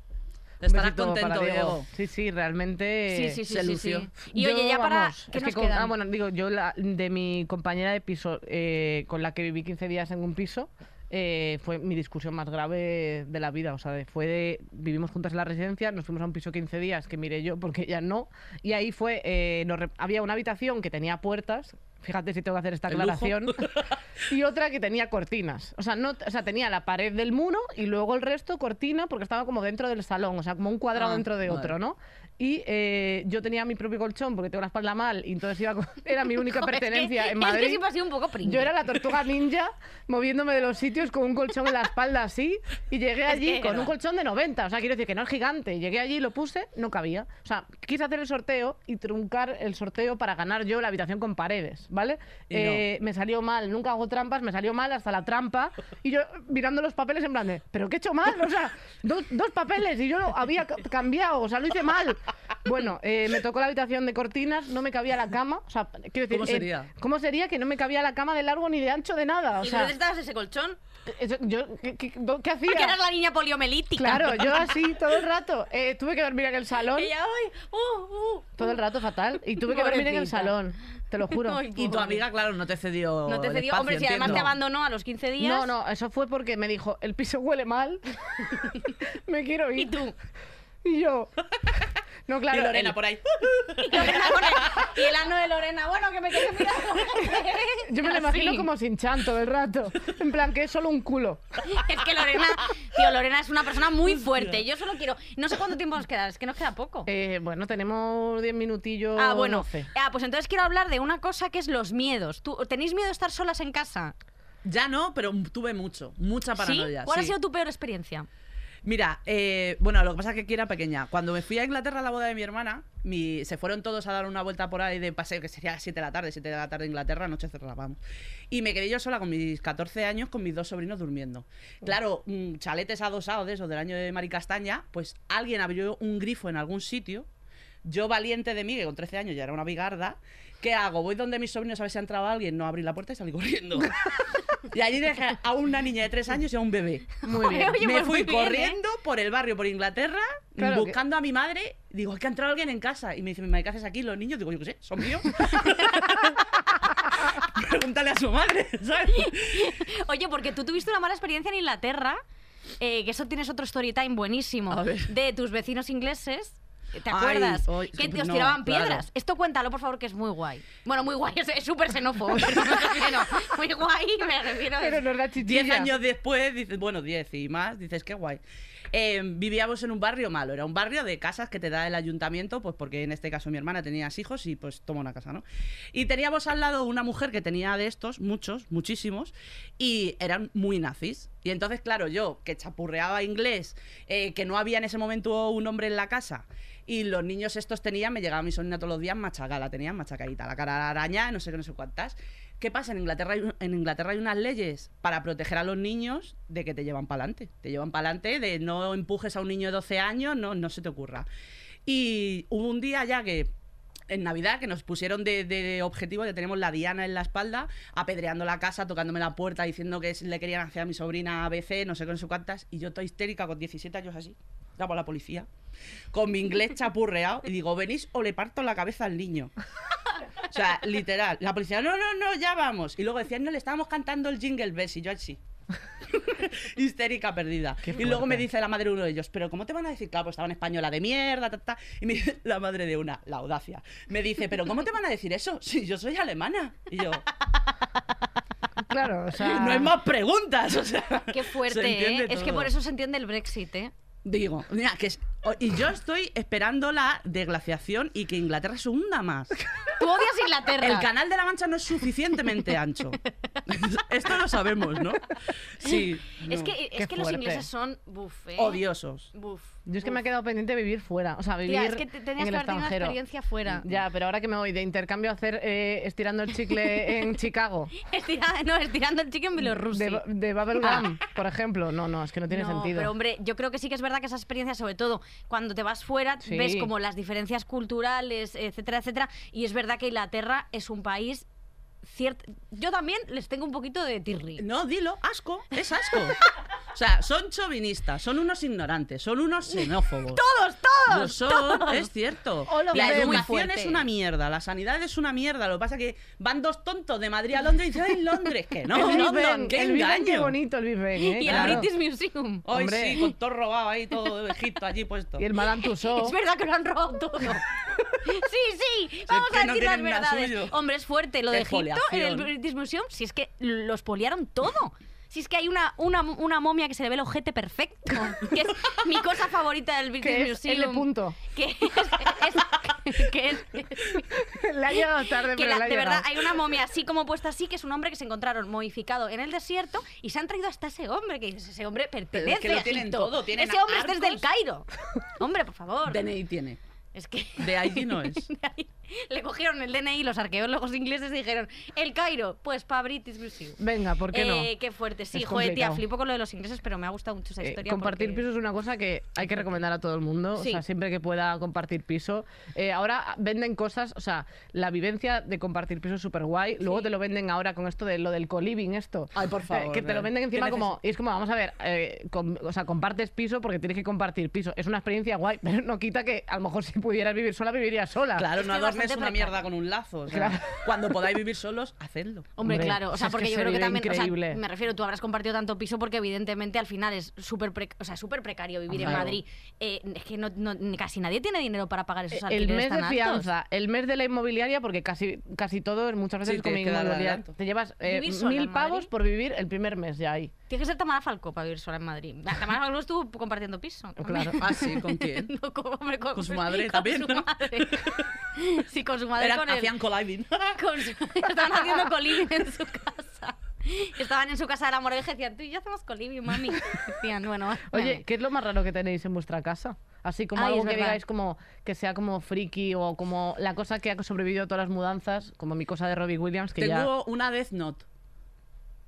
[SPEAKER 2] Un
[SPEAKER 4] Estarás
[SPEAKER 2] besito para
[SPEAKER 4] contento, Diego.
[SPEAKER 2] Sí, sí, realmente.
[SPEAKER 3] Sí, sí, sí,
[SPEAKER 4] se
[SPEAKER 3] sí,
[SPEAKER 4] lució.
[SPEAKER 3] sí. Y
[SPEAKER 2] Eh, Yo,
[SPEAKER 3] oye, ya para...
[SPEAKER 2] vamos,
[SPEAKER 3] ¿Qué
[SPEAKER 2] es que
[SPEAKER 3] nos
[SPEAKER 2] con-
[SPEAKER 3] queda?
[SPEAKER 2] ah, bueno, digo, yo la- de mi compañera de piso, eh, con la que viví 15 días en un piso, eh, fue mi discusión más grave de la vida. O sea, de- fue de. Vivimos juntas en la residencia, nos fuimos a un piso 15 días, que miré yo porque ella no. Y ahí fue. eh, nos re- había una habitación que tenía puertas. Fíjate si tengo que hacer esta
[SPEAKER 4] De lujo.
[SPEAKER 2] aclaración. y otra que tenía cortinas. O sea, no, o sea, tenía la pared del muro y luego el resto cortina porque estaba como dentro del salón, o sea, como un cuadrado
[SPEAKER 4] Ah,
[SPEAKER 2] dentro de
[SPEAKER 4] vale.
[SPEAKER 2] otro, ¿no? Y eh, yo tenía mi propio colchón porque tengo la espalda mal y entonces iba con- era mi única
[SPEAKER 3] Joder, es que-
[SPEAKER 2] pertenencia en
[SPEAKER 3] Es que
[SPEAKER 2] Madrid.
[SPEAKER 3] siempre ha sido un poco pringue.
[SPEAKER 2] Yo era la tortuga ninja moviéndome de los sitios con un colchón en la espalda así y llegué allí
[SPEAKER 3] es
[SPEAKER 2] con un
[SPEAKER 3] verdad.
[SPEAKER 2] colchón de 90, o sea, quiero decir que no es gigante. Llegué allí, lo puse, no cabía. O sea, quise hacer el sorteo y truncar el sorteo para ganar yo la habitación con paredes, ¿vale?
[SPEAKER 4] Y no.
[SPEAKER 2] Eh, Me salió mal, nunca hago trampas, me salió mal hasta la trampa y yo mirando los papeles en plan de, pero qué he hecho mal, o sea, dos, dos papeles y yo lo había ca- cambiado, o sea, lo hice mal. Bueno, eh, me tocó la habitación de cortinas, no me cabía la cama, o sea, quiero decir,
[SPEAKER 4] ¿Cómo
[SPEAKER 2] eh,
[SPEAKER 4] sería?
[SPEAKER 2] ¿Cómo sería que no me cabía la cama de largo ni de ancho de nada? O
[SPEAKER 3] ¿Y
[SPEAKER 2] sea,
[SPEAKER 3] dónde estabas ese colchón?
[SPEAKER 2] eso- yo, ¿qué, qué- do- qué hacía?
[SPEAKER 3] Porque eras la niña poliomelítica.
[SPEAKER 2] Claro, yo así todo el rato. Eh, tuve que dormir en el salón.
[SPEAKER 3] Ella, ay, uh, uh.
[SPEAKER 2] Todo el rato fatal. Y tuve que dormir en el
[SPEAKER 3] Pobrecita.
[SPEAKER 2] salón. Te lo juro.
[SPEAKER 3] Ay,
[SPEAKER 4] Y tu
[SPEAKER 3] pobre.
[SPEAKER 4] amiga, claro, no te cedió.
[SPEAKER 3] No te
[SPEAKER 4] el
[SPEAKER 3] cedió.
[SPEAKER 4] espacio,
[SPEAKER 3] Hombre, si además te
[SPEAKER 4] entiendo.
[SPEAKER 3] abandonó a los 15 días.
[SPEAKER 2] No, no, eso fue porque me dijo, el piso huele mal. me quiero ir.
[SPEAKER 3] Y tú.
[SPEAKER 2] Y yo. No, claro.
[SPEAKER 4] Y Lorena
[SPEAKER 2] el-
[SPEAKER 4] por ahí.
[SPEAKER 3] Y, Lorena con el, y el ano de Lorena. Bueno, que me quería mirar.
[SPEAKER 2] Yo me lo
[SPEAKER 3] Así.
[SPEAKER 2] imagino como sin chan todo el rato. En plan, que es solo un culo.
[SPEAKER 3] Es que Lorena, tío, Lorena es una persona muy fuerte. Yo solo quiero. No sé cuánto tiempo nos queda, es que nos queda poco.
[SPEAKER 2] Eh, bueno, tenemos 10 minutillos.
[SPEAKER 3] Ah, bueno.
[SPEAKER 2] 12.
[SPEAKER 3] Ah, pues entonces quiero hablar de una cosa que es los miedos. ¿Tú, ¿Tenéis miedo de estar solas en casa?
[SPEAKER 4] Ya no, pero tuve mucho. Mucha
[SPEAKER 3] ¿Sí?
[SPEAKER 4] paranoia.
[SPEAKER 3] ¿Cuál ha
[SPEAKER 4] sí.
[SPEAKER 3] sido tu peor experiencia?
[SPEAKER 4] Mira, eh, bueno, lo que pasa es que aquí era pequeña. Cuando me fui a Inglaterra a la boda de mi hermana, mi- se fueron todos a dar una vuelta por ahí de paseo, que sería las 7 de la tarde, 7 de la tarde en Inglaterra, noche cerrada, vamos. Y me quedé yo sola con mis 14 años, con mis dos sobrinos durmiendo. Claro, mm, chaletes adosados de esos del año de Mari Castaña, pues alguien abrió un grifo en algún sitio. Yo, valiente de mí, que con 13 años ya era una bigarda, ¿qué hago? Voy donde mis sobrinos a ver si ha entrado alguien, no abrí la puerta y salí corriendo. y allí dejé a una niña de 3 años y a un bebé
[SPEAKER 2] Muy bien.
[SPEAKER 3] Oye,
[SPEAKER 4] me
[SPEAKER 3] pues muy
[SPEAKER 4] fui
[SPEAKER 3] bien, ¿eh?
[SPEAKER 4] corriendo por el barrio, por Inglaterra,
[SPEAKER 2] Claro que-
[SPEAKER 4] buscando a mi madre. Digo, es que ha entrado alguien en casa. Y me dice, mi madre, ¿qué haces aquí? Los niños, digo, yo qué sé, son míos. Pregúntale a su madre, ¿sabes?
[SPEAKER 3] Oye, porque tú tuviste una mala experiencia en Inglaterra, eh, que eso tienes otro story time buenísimo,
[SPEAKER 4] A ver.
[SPEAKER 3] de tus vecinos ingleses. ¿Te
[SPEAKER 4] Ay,
[SPEAKER 3] acuerdas?
[SPEAKER 4] ay,
[SPEAKER 3] que
[SPEAKER 4] sí,
[SPEAKER 3] os
[SPEAKER 4] no,
[SPEAKER 3] tiraban
[SPEAKER 4] claro.
[SPEAKER 3] piedras. Esto cuéntalo, por favor, que es muy guay. Bueno, muy guay, es- es súper xenófobo. pero me refiero- muy guay, me refiero.
[SPEAKER 2] Pero nos da chichilla.
[SPEAKER 4] Diez años después, dices, bueno, diez y más, dices, qué guay. Eh, vivíamos en un barrio malo, era un barrio de casas que te da el ayuntamiento, pues porque en este caso mi hermana tenía hijos y pues toma una casa, ¿no? Y teníamos al lado una mujer que tenía de estos, muchos, muchísimos, y eran muy nazis. Y entonces, claro, yo, que chapurreaba inglés, eh, que no había en ese momento un hombre en la casa, y los niños estos tenían, me llegaba mi sobrina todos los días machacada, la tenían machacadita, la cara de araña, no sé qué, no sé cuántas. ¿Qué pasa? En Inglaterra, hay, en Inglaterra hay unas leyes para proteger a los niños de que te llevan para adelante. Te llevan para adelante de no empujes a un niño de 12 años, no, no se te ocurra. Y hubo un día ya que en Navidad que nos pusieron de, de objetivo que tenemos la Diana en la espalda, apedreando la casa, tocándome la puerta, diciendo que es- le querían hacer a mi sobrina ABC, no sé con su cuántas, y yo toda histérica con 17 años así, llamo a la policía, con mi inglés chapurreado, y digo, venís o le parto la cabeza al niño. O sea, literal. La policía, no, no, no, ya vamos. Y luego decían, no, le estábamos cantando el jingle bells y yo así. Histérica perdida. Y luego me dice la madre de uno de ellos, pero ¿cómo te van a decir? Claro, pues estaba en española de mierda, ta, ta. Y me dice la madre de una, la audacia. Me dice, pero ¿cómo te van a decir eso? Si yo soy alemana. Y yo,
[SPEAKER 2] Claro, o sea.
[SPEAKER 4] no hay más preguntas. O sea,
[SPEAKER 3] Qué
[SPEAKER 4] se
[SPEAKER 3] fuerte,
[SPEAKER 4] entiende
[SPEAKER 3] ¿eh? Es que
[SPEAKER 4] todo.
[SPEAKER 3] por eso se entiende el Brexit, ¿eh?
[SPEAKER 4] Digo, mira, que es- o- Y yo estoy esperando la deglaciación y que Inglaterra se hunda más.
[SPEAKER 3] Tú odias Inglaterra.
[SPEAKER 4] El canal de la Mancha no es suficientemente ancho. Esto lo sabemos, ¿no? Sí.
[SPEAKER 3] Es
[SPEAKER 4] no.
[SPEAKER 3] que, ¿eh? es
[SPEAKER 2] qué
[SPEAKER 3] que los
[SPEAKER 2] fuerte.
[SPEAKER 3] ingleses son buf, ¿eh?
[SPEAKER 4] Odiosos.
[SPEAKER 3] Buf.
[SPEAKER 2] Yo es que me ha
[SPEAKER 3] buf.
[SPEAKER 2] quedado pendiente vivir fuera. O sea, vivir
[SPEAKER 3] Tía, es que te-
[SPEAKER 2] en el
[SPEAKER 3] tenías que haber tenido una
[SPEAKER 2] extranjero.
[SPEAKER 3] experiencia fuera.
[SPEAKER 2] Ya, pero ahora que me voy de intercambio a hacer eh, estirando el chicle en Chicago.
[SPEAKER 3] Estira- no, estirando el chicken Bielorrusia.
[SPEAKER 2] De, de Bubblegum, por ejemplo. No, no, es que no tiene
[SPEAKER 3] Ah. No,
[SPEAKER 2] sentido.
[SPEAKER 3] Pero hombre, yo creo que sí que es verdad que esa experiencia, sobre todo cuando te vas fuera,
[SPEAKER 2] Sí.
[SPEAKER 3] ves como las diferencias culturales, etcétera, etcétera. Y es verdad que Inglaterra es un país cierto. Yo también les tengo un poquito de tirri.
[SPEAKER 4] No, dilo, asco, es asco. O sea, son chauvinistas, son unos ignorantes, son unos xenófobos.
[SPEAKER 3] Todos, todos.
[SPEAKER 4] Lo son, es cierto.
[SPEAKER 2] O lo
[SPEAKER 4] La
[SPEAKER 2] ves.
[SPEAKER 3] Muy
[SPEAKER 4] educación
[SPEAKER 3] fuerte.
[SPEAKER 4] es una mierda, la sanidad es una mierda. Lo que pasa es que van dos tontos de Madrid a Londres y dicen, "Ay, Londres, que no,
[SPEAKER 2] el Big
[SPEAKER 4] London,
[SPEAKER 2] Ben,
[SPEAKER 4] qué
[SPEAKER 2] el Big Ben, qué
[SPEAKER 4] engaño.
[SPEAKER 2] bonito el Big Ben, ¿eh?
[SPEAKER 3] y
[SPEAKER 2] Claro.
[SPEAKER 3] el British Museum.
[SPEAKER 4] Hoy
[SPEAKER 2] Hombre.
[SPEAKER 4] sí, con todo robado ahí, todo de Egipto allí puesto.
[SPEAKER 2] Y el Madame Tussauds.
[SPEAKER 3] Es verdad que lo han robado todo. Sí, sí, vamos
[SPEAKER 4] que
[SPEAKER 3] a
[SPEAKER 4] no
[SPEAKER 3] decir las
[SPEAKER 4] tienen nada
[SPEAKER 3] verdades.
[SPEAKER 4] suyo.
[SPEAKER 3] Hombre, es fuerte lo de Egipto en el
[SPEAKER 4] Expoliación.
[SPEAKER 3] British Museum. Si es que lo expoliaron todo. Si es que hay una, una, una momia que se le ve el ojete perfecto, que es mi cosa favorita del British
[SPEAKER 2] Que es
[SPEAKER 3] Museum.
[SPEAKER 2] L punto.
[SPEAKER 3] Que es, es- que es-
[SPEAKER 2] Le ha llegado tarde,
[SPEAKER 3] que
[SPEAKER 2] pero
[SPEAKER 3] la-
[SPEAKER 2] le ha
[SPEAKER 3] de
[SPEAKER 2] llegado.
[SPEAKER 3] verdad hay una momia así como puesta así, que es un hombre que se encontraron modificado en el desierto y se han traído hasta ese hombre, que dices, ese hombre
[SPEAKER 4] es
[SPEAKER 3] pertenece
[SPEAKER 4] que lo
[SPEAKER 3] a
[SPEAKER 4] tienen
[SPEAKER 3] Egipto.
[SPEAKER 4] todo, tienen
[SPEAKER 3] ese hombre es desde el
[SPEAKER 4] arcos.
[SPEAKER 3] Cairo. Hombre, por favor.
[SPEAKER 4] DNI tiene.
[SPEAKER 3] Es que
[SPEAKER 4] De allí no es.
[SPEAKER 3] le cogieron el DNI los arqueólogos ingleses y dijeron, el Cairo, pues para British Museum.
[SPEAKER 2] Venga, ¿por qué no?
[SPEAKER 3] Eh, qué fuerte, sí,
[SPEAKER 2] Es
[SPEAKER 3] joder, tía,
[SPEAKER 2] complicado.
[SPEAKER 3] flipo con lo de los ingleses, pero me ha gustado mucho esa
[SPEAKER 2] Eh,
[SPEAKER 3] historia.
[SPEAKER 2] compartir
[SPEAKER 3] porque-
[SPEAKER 2] piso es una cosa que hay que recomendar a todo el mundo.
[SPEAKER 3] Sí.
[SPEAKER 2] O sea, siempre que pueda compartir piso. Eh, ahora venden cosas, o sea, la vivencia de compartir piso es súper guay. Luego
[SPEAKER 3] Sí.
[SPEAKER 2] te lo venden ahora con esto de lo del co-living, esto.
[SPEAKER 4] Ay, por
[SPEAKER 2] Eh,
[SPEAKER 4] favor,
[SPEAKER 2] que te lo
[SPEAKER 4] eh,
[SPEAKER 2] venden
[SPEAKER 4] qué
[SPEAKER 2] encima como. Y es como, vamos a ver, eh, com- o sea, compartes piso porque tienes que compartir piso. Es una experiencia guay, pero no quita que a lo mejor si pudieras vivir sola, vivirías sola.
[SPEAKER 4] Claro,
[SPEAKER 3] Es
[SPEAKER 4] no
[SPEAKER 3] que
[SPEAKER 4] adornes
[SPEAKER 3] bastante
[SPEAKER 4] una
[SPEAKER 3] precario.
[SPEAKER 4] mierda con un lazo. o sea,
[SPEAKER 2] Claro.
[SPEAKER 4] Cuando podáis vivir solos, hacedlo.
[SPEAKER 3] Hombre,
[SPEAKER 2] Hombre,
[SPEAKER 3] claro, o sea,
[SPEAKER 2] es que
[SPEAKER 3] porque
[SPEAKER 2] se
[SPEAKER 3] yo creo que
[SPEAKER 2] vive
[SPEAKER 3] también, o sea,
[SPEAKER 2] increíble.
[SPEAKER 3] me refiero, tú habrás compartido tanto piso porque evidentemente al final es súper pre- o sea, súper precario vivir en
[SPEAKER 2] Claro.
[SPEAKER 3] Madrid. Eh, es que no, no- ni- casi nadie tiene dinero para pagar esos
[SPEAKER 2] Eh, el
[SPEAKER 3] alquileres
[SPEAKER 2] mes
[SPEAKER 3] tan
[SPEAKER 2] de
[SPEAKER 3] altos.
[SPEAKER 2] fianza, el mes de la inmobiliaria, porque casi, casi todo, muchas veces
[SPEAKER 4] Sí,
[SPEAKER 2] con mi
[SPEAKER 4] tienes que dar
[SPEAKER 2] inmobiliaria,
[SPEAKER 4] adelanto.
[SPEAKER 2] te llevas eh,
[SPEAKER 3] Vivir sola
[SPEAKER 2] mil
[SPEAKER 3] en Madrid.
[SPEAKER 2] pavos por vivir el primer mes ya ahí.
[SPEAKER 3] Tienes que ser Tamara Falcó para vivir sola en Madrid. Ah, Tamara Falcó estuvo compartiendo piso.
[SPEAKER 2] Claro.
[SPEAKER 4] Ah, sí, ¿con quién?
[SPEAKER 3] No, con, hombre, con-
[SPEAKER 4] Con su madre
[SPEAKER 3] con
[SPEAKER 4] también,
[SPEAKER 3] su
[SPEAKER 4] ¿no?
[SPEAKER 3] madre. Sí, con su madre
[SPEAKER 4] Eran-
[SPEAKER 3] con el-
[SPEAKER 4] hacían colliding.
[SPEAKER 3] con su- estaban haciendo colín en su casa. Estaban en su casa de la moraleja y decían, tú y yo hacemos coliving, mami. Decían, bueno, vale.
[SPEAKER 2] Oye, ¿qué es lo más raro que tenéis en vuestra casa? Así como
[SPEAKER 3] Ay,
[SPEAKER 2] algo
[SPEAKER 3] es
[SPEAKER 2] que
[SPEAKER 3] verdad.
[SPEAKER 2] digáis como que sea como friki o como la cosa que ha sobrevivido a todas las mudanzas, como mi cosa de Robbie Williams, que ya...
[SPEAKER 4] Tengo una Death Note.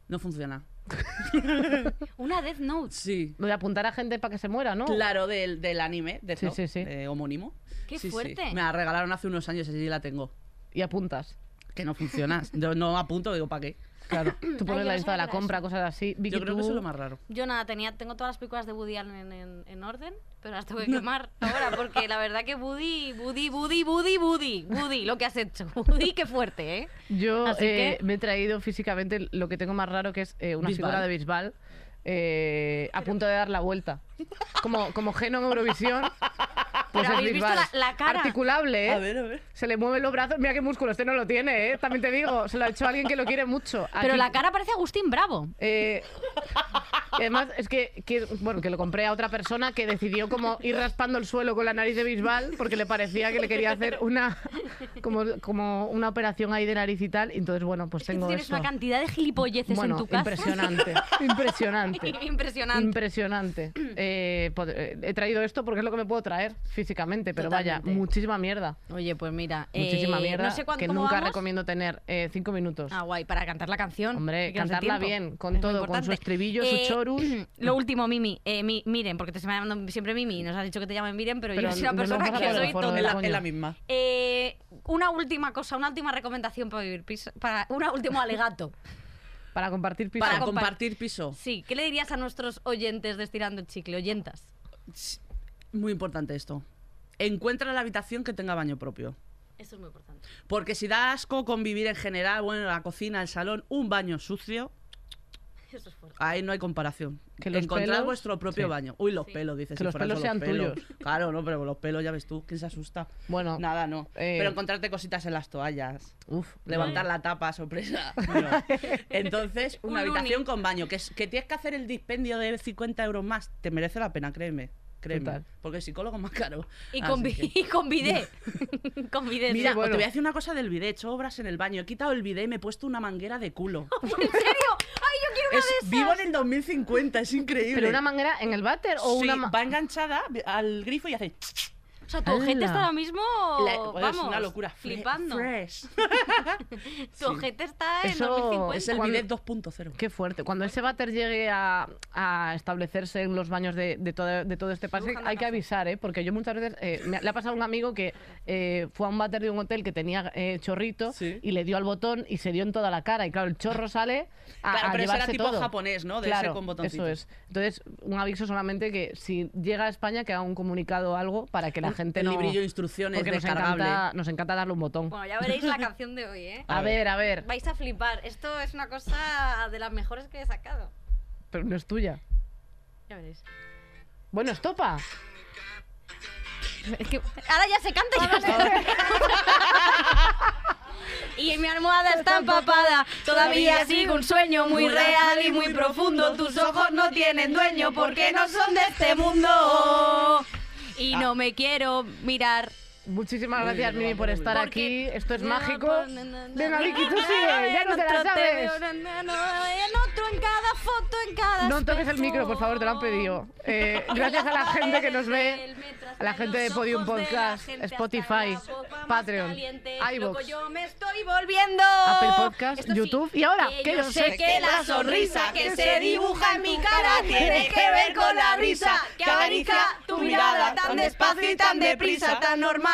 [SPEAKER 4] No funciona.
[SPEAKER 3] una Death Note.
[SPEAKER 4] Sí.
[SPEAKER 2] Lo de apuntar a gente para que se muera, ¿no?
[SPEAKER 4] Claro, del, del anime, Death
[SPEAKER 2] Sí,
[SPEAKER 4] Note,
[SPEAKER 2] sí, sí.
[SPEAKER 4] eh, homónimo.
[SPEAKER 3] ¡Qué
[SPEAKER 4] Sí, sí.
[SPEAKER 3] fuerte!
[SPEAKER 4] Me la regalaron hace unos años y sí la tengo.
[SPEAKER 2] Y apuntas.
[SPEAKER 4] Que no funciona. Yo no apunto, digo, ¿para qué?
[SPEAKER 2] Claro. Tú
[SPEAKER 3] Mm, yo
[SPEAKER 2] pones
[SPEAKER 3] no
[SPEAKER 2] la lista de
[SPEAKER 3] sabía
[SPEAKER 2] la
[SPEAKER 3] que era
[SPEAKER 2] compra, cosas así. Vicky,
[SPEAKER 4] Yo creo que eso
[SPEAKER 2] tú-
[SPEAKER 4] es lo más raro.
[SPEAKER 3] Yo nada, tenía, tengo todas las películas de Woody Allen en, en- en orden, pero las tengo que quemar ahora, porque la verdad que Woody, Woody, Woody, Woody, Woody, Woody, lo que has hecho. Woody, qué fuerte, ¿eh?
[SPEAKER 2] Yo
[SPEAKER 3] Así
[SPEAKER 2] eh,
[SPEAKER 3] que-
[SPEAKER 2] me he traído físicamente lo que tengo más raro, que es eh, una
[SPEAKER 4] Bisbal.
[SPEAKER 2] figura de Bisbal eh, a punto de dar la vuelta. Como, como Geno en Eurovisión. Pues
[SPEAKER 3] Pero
[SPEAKER 2] es
[SPEAKER 3] habéis visto
[SPEAKER 2] Bisbal.
[SPEAKER 3] la- la cara.
[SPEAKER 2] Articulable, ¿eh?
[SPEAKER 4] A ver, a ver.
[SPEAKER 2] Se le mueven los brazos. Mira qué músculo, este no lo tiene, ¿eh? También te digo, se lo ha hecho alguien que lo quiere mucho.
[SPEAKER 3] Pero
[SPEAKER 2] Aquí-
[SPEAKER 3] la cara parece Agustín Bravo.
[SPEAKER 2] Eh, y además, es que, que- bueno, que lo compré a otra persona que decidió como ir raspando el suelo con la nariz de Bisbal porque le parecía que le quería hacer una como, como una operación ahí de nariz y tal. Y entonces, bueno, pues
[SPEAKER 3] Es que tú
[SPEAKER 2] tengo
[SPEAKER 3] tienes
[SPEAKER 2] eso.
[SPEAKER 3] una cantidad de gilipolleces
[SPEAKER 2] bueno,
[SPEAKER 3] en tu casa.
[SPEAKER 2] impresionante, impresionante.
[SPEAKER 3] Impresionante.
[SPEAKER 2] Impresionante. Eh, pod- eh, he traído esto porque es lo que me puedo traer físicamente, pero vaya,
[SPEAKER 3] Totalmente.
[SPEAKER 2] muchísima mierda.
[SPEAKER 3] Oye, pues mira, eh,
[SPEAKER 2] Muchísima mierda
[SPEAKER 3] no sé cuánto
[SPEAKER 2] que
[SPEAKER 3] cómo
[SPEAKER 2] nunca
[SPEAKER 3] vamos.
[SPEAKER 2] recomiendo tener eh, cinco minutos.
[SPEAKER 3] Ah, guay, para cantar la canción.
[SPEAKER 2] Hombre,
[SPEAKER 3] hay que darse
[SPEAKER 2] cantarla
[SPEAKER 3] tiempo.
[SPEAKER 2] bien, con
[SPEAKER 3] Es muy
[SPEAKER 2] todo, con
[SPEAKER 3] importante. Eh,
[SPEAKER 2] su estribillo, su chorus.
[SPEAKER 3] Lo último, Mimi, eh, mi- miren, porque te se me llamando siempre Mimi, nos has dicho que te llamen Miren, pero,
[SPEAKER 2] Pero
[SPEAKER 3] yo soy una
[SPEAKER 2] no nos
[SPEAKER 3] persona
[SPEAKER 2] vas a
[SPEAKER 3] que
[SPEAKER 2] poder
[SPEAKER 3] soy
[SPEAKER 2] formar.
[SPEAKER 3] tonta.
[SPEAKER 4] Es la,
[SPEAKER 2] coño.
[SPEAKER 4] es la misma.
[SPEAKER 3] Eh, una última cosa, una última recomendación para vivir piso, para un último alegato.
[SPEAKER 2] Para compartir piso.
[SPEAKER 4] Para
[SPEAKER 3] compa-
[SPEAKER 4] compartir piso.
[SPEAKER 3] Sí, ¿qué le dirías a nuestros oyentes de Estirando el Chicle, oyentas?
[SPEAKER 4] Muy importante esto. Encuentra la habitación que tenga baño propio.
[SPEAKER 3] Eso es muy importante.
[SPEAKER 4] Porque si da asco convivir en general, bueno, la cocina, el salón, un baño sucio,
[SPEAKER 3] Eso es fuerte.
[SPEAKER 4] ahí no hay comparación.
[SPEAKER 2] Que los
[SPEAKER 4] Encontrar
[SPEAKER 2] pelos-
[SPEAKER 4] vuestro propio
[SPEAKER 2] sí.
[SPEAKER 4] baño. Uy, los pelos, dices.
[SPEAKER 2] Que
[SPEAKER 4] si
[SPEAKER 2] los
[SPEAKER 4] fueran
[SPEAKER 2] pelos
[SPEAKER 4] solo
[SPEAKER 2] sean
[SPEAKER 4] Claro, no, pero los pelos ya ves tú, ¿quién se asusta?
[SPEAKER 2] Bueno,
[SPEAKER 4] Nada, no.
[SPEAKER 2] eh,
[SPEAKER 4] Pero encontrarte cositas en las toallas.
[SPEAKER 2] Uf,
[SPEAKER 4] Levantar la tapa, sorpresa. No. Entonces, una
[SPEAKER 3] Un
[SPEAKER 4] habitación
[SPEAKER 3] uni.
[SPEAKER 4] con baño. Que, es- que tienes que hacer el dispendio de 50 euros más. Te merece la pena, créeme. Créeme.
[SPEAKER 2] Total.
[SPEAKER 4] Porque el psicólogo es más caro.
[SPEAKER 3] Y
[SPEAKER 2] Ah,
[SPEAKER 4] Así
[SPEAKER 3] con, vi-
[SPEAKER 4] que-
[SPEAKER 3] y con bidé. con bidé.
[SPEAKER 4] Mira,
[SPEAKER 3] sí.
[SPEAKER 2] bueno.
[SPEAKER 4] te voy a decir una cosa del bidé. He hecho obras en el baño. He quitado el bidé y me he puesto una manguera de culo.
[SPEAKER 3] ¿En serio? ¡Ay, yo quiero una
[SPEAKER 4] Es-
[SPEAKER 3] de esas!
[SPEAKER 4] vivo en el 2050, es increíble.
[SPEAKER 2] ¿Pero una manguera en el váter o
[SPEAKER 4] Sí,
[SPEAKER 2] una ma-
[SPEAKER 4] va enganchada al grifo y hace...
[SPEAKER 3] O sea, tu ojete
[SPEAKER 2] ¡Hala!
[SPEAKER 3] está ahora mismo.
[SPEAKER 2] Oh,
[SPEAKER 4] La- bueno,
[SPEAKER 3] vamos,
[SPEAKER 4] es una locura. Fre-
[SPEAKER 3] Flipando.
[SPEAKER 4] fresh.
[SPEAKER 3] Tu ojete está en
[SPEAKER 2] Eso
[SPEAKER 3] 2050.
[SPEAKER 4] Es el
[SPEAKER 2] Cuando-
[SPEAKER 4] bidet 2.0.
[SPEAKER 2] Qué fuerte. Cuando ese váter llegue a, a establecerse en los baños de, de todo, de todo este parque,
[SPEAKER 3] Buscando
[SPEAKER 2] hay que
[SPEAKER 3] casa.
[SPEAKER 2] avisar, ¿eh? Porque yo muchas veces... eh, me- le ha pasado a un amigo que eh, fue a un váter de un hotel que tenía eh, chorrito
[SPEAKER 4] Sí.
[SPEAKER 2] y le dio al botón y se dio en toda la cara. Y claro, el chorro sale a,
[SPEAKER 4] Claro,
[SPEAKER 2] a
[SPEAKER 4] pero eso era
[SPEAKER 2] llevarse
[SPEAKER 4] tipo
[SPEAKER 2] todo.
[SPEAKER 4] japonés, ¿no? De ese
[SPEAKER 2] claro,
[SPEAKER 4] con
[SPEAKER 2] eso
[SPEAKER 4] botoncitos.
[SPEAKER 2] es. Entonces, un aviso solamente que si llega a España que haga un comunicado o algo para que la
[SPEAKER 4] Un-
[SPEAKER 2] gente
[SPEAKER 4] el
[SPEAKER 2] no...
[SPEAKER 4] librillo de instrucciones
[SPEAKER 2] porque nos
[SPEAKER 4] descargable.
[SPEAKER 2] encanta, nos encanta darle un botón.
[SPEAKER 3] Bueno, ya veréis la canción de hoy, ¿eh?
[SPEAKER 2] A ver, a ver.
[SPEAKER 3] Vais a flipar. Esto es una cosa de las mejores que he sacado.
[SPEAKER 2] Pero no es tuya.
[SPEAKER 3] Ya veréis.
[SPEAKER 2] Bueno, estopa.
[SPEAKER 3] Es que ahora ya se canta ya se- Y mi almohada está empapada, todavía sigue un sueño muy real y muy profundo. Tus ojos no tienen dueño porque no son de este mundo. Y no me quiero mirar.
[SPEAKER 2] Muchísimas gracias, Mimi, por estar
[SPEAKER 3] Porque-
[SPEAKER 2] aquí. Esto es
[SPEAKER 3] No,
[SPEAKER 2] mágico.
[SPEAKER 3] no, no, no,
[SPEAKER 2] Venga,
[SPEAKER 3] no,
[SPEAKER 2] Vicky, tú
[SPEAKER 3] no,
[SPEAKER 2] sigue. Ya no te la
[SPEAKER 3] otro
[SPEAKER 2] sabes.
[SPEAKER 3] veo, no, no, no, en otro, en cada foto, en cada
[SPEAKER 2] No toques el
[SPEAKER 3] espejo.
[SPEAKER 2] micro, por favor, te lo han pedido. Eh, gracias a la gente que nos ve,
[SPEAKER 3] El metro hasta
[SPEAKER 2] a la gente de
[SPEAKER 3] los
[SPEAKER 2] Podium
[SPEAKER 3] ojos de la
[SPEAKER 2] Podcast,
[SPEAKER 3] gente, hasta
[SPEAKER 2] Spotify,
[SPEAKER 3] la boca más
[SPEAKER 2] Patreon,
[SPEAKER 3] caliente. Loco,
[SPEAKER 2] iVoox.
[SPEAKER 3] yo me estoy volviendo.
[SPEAKER 2] Apple Podcast,
[SPEAKER 3] Esto sí.
[SPEAKER 2] YouTube y ahora,
[SPEAKER 3] Que
[SPEAKER 2] que
[SPEAKER 3] yo sé que la sonrisa que se dibuja en mi cara tiene que ver con la brisa que acaricia tu mirada tan despacio y tan deprisa, tan normal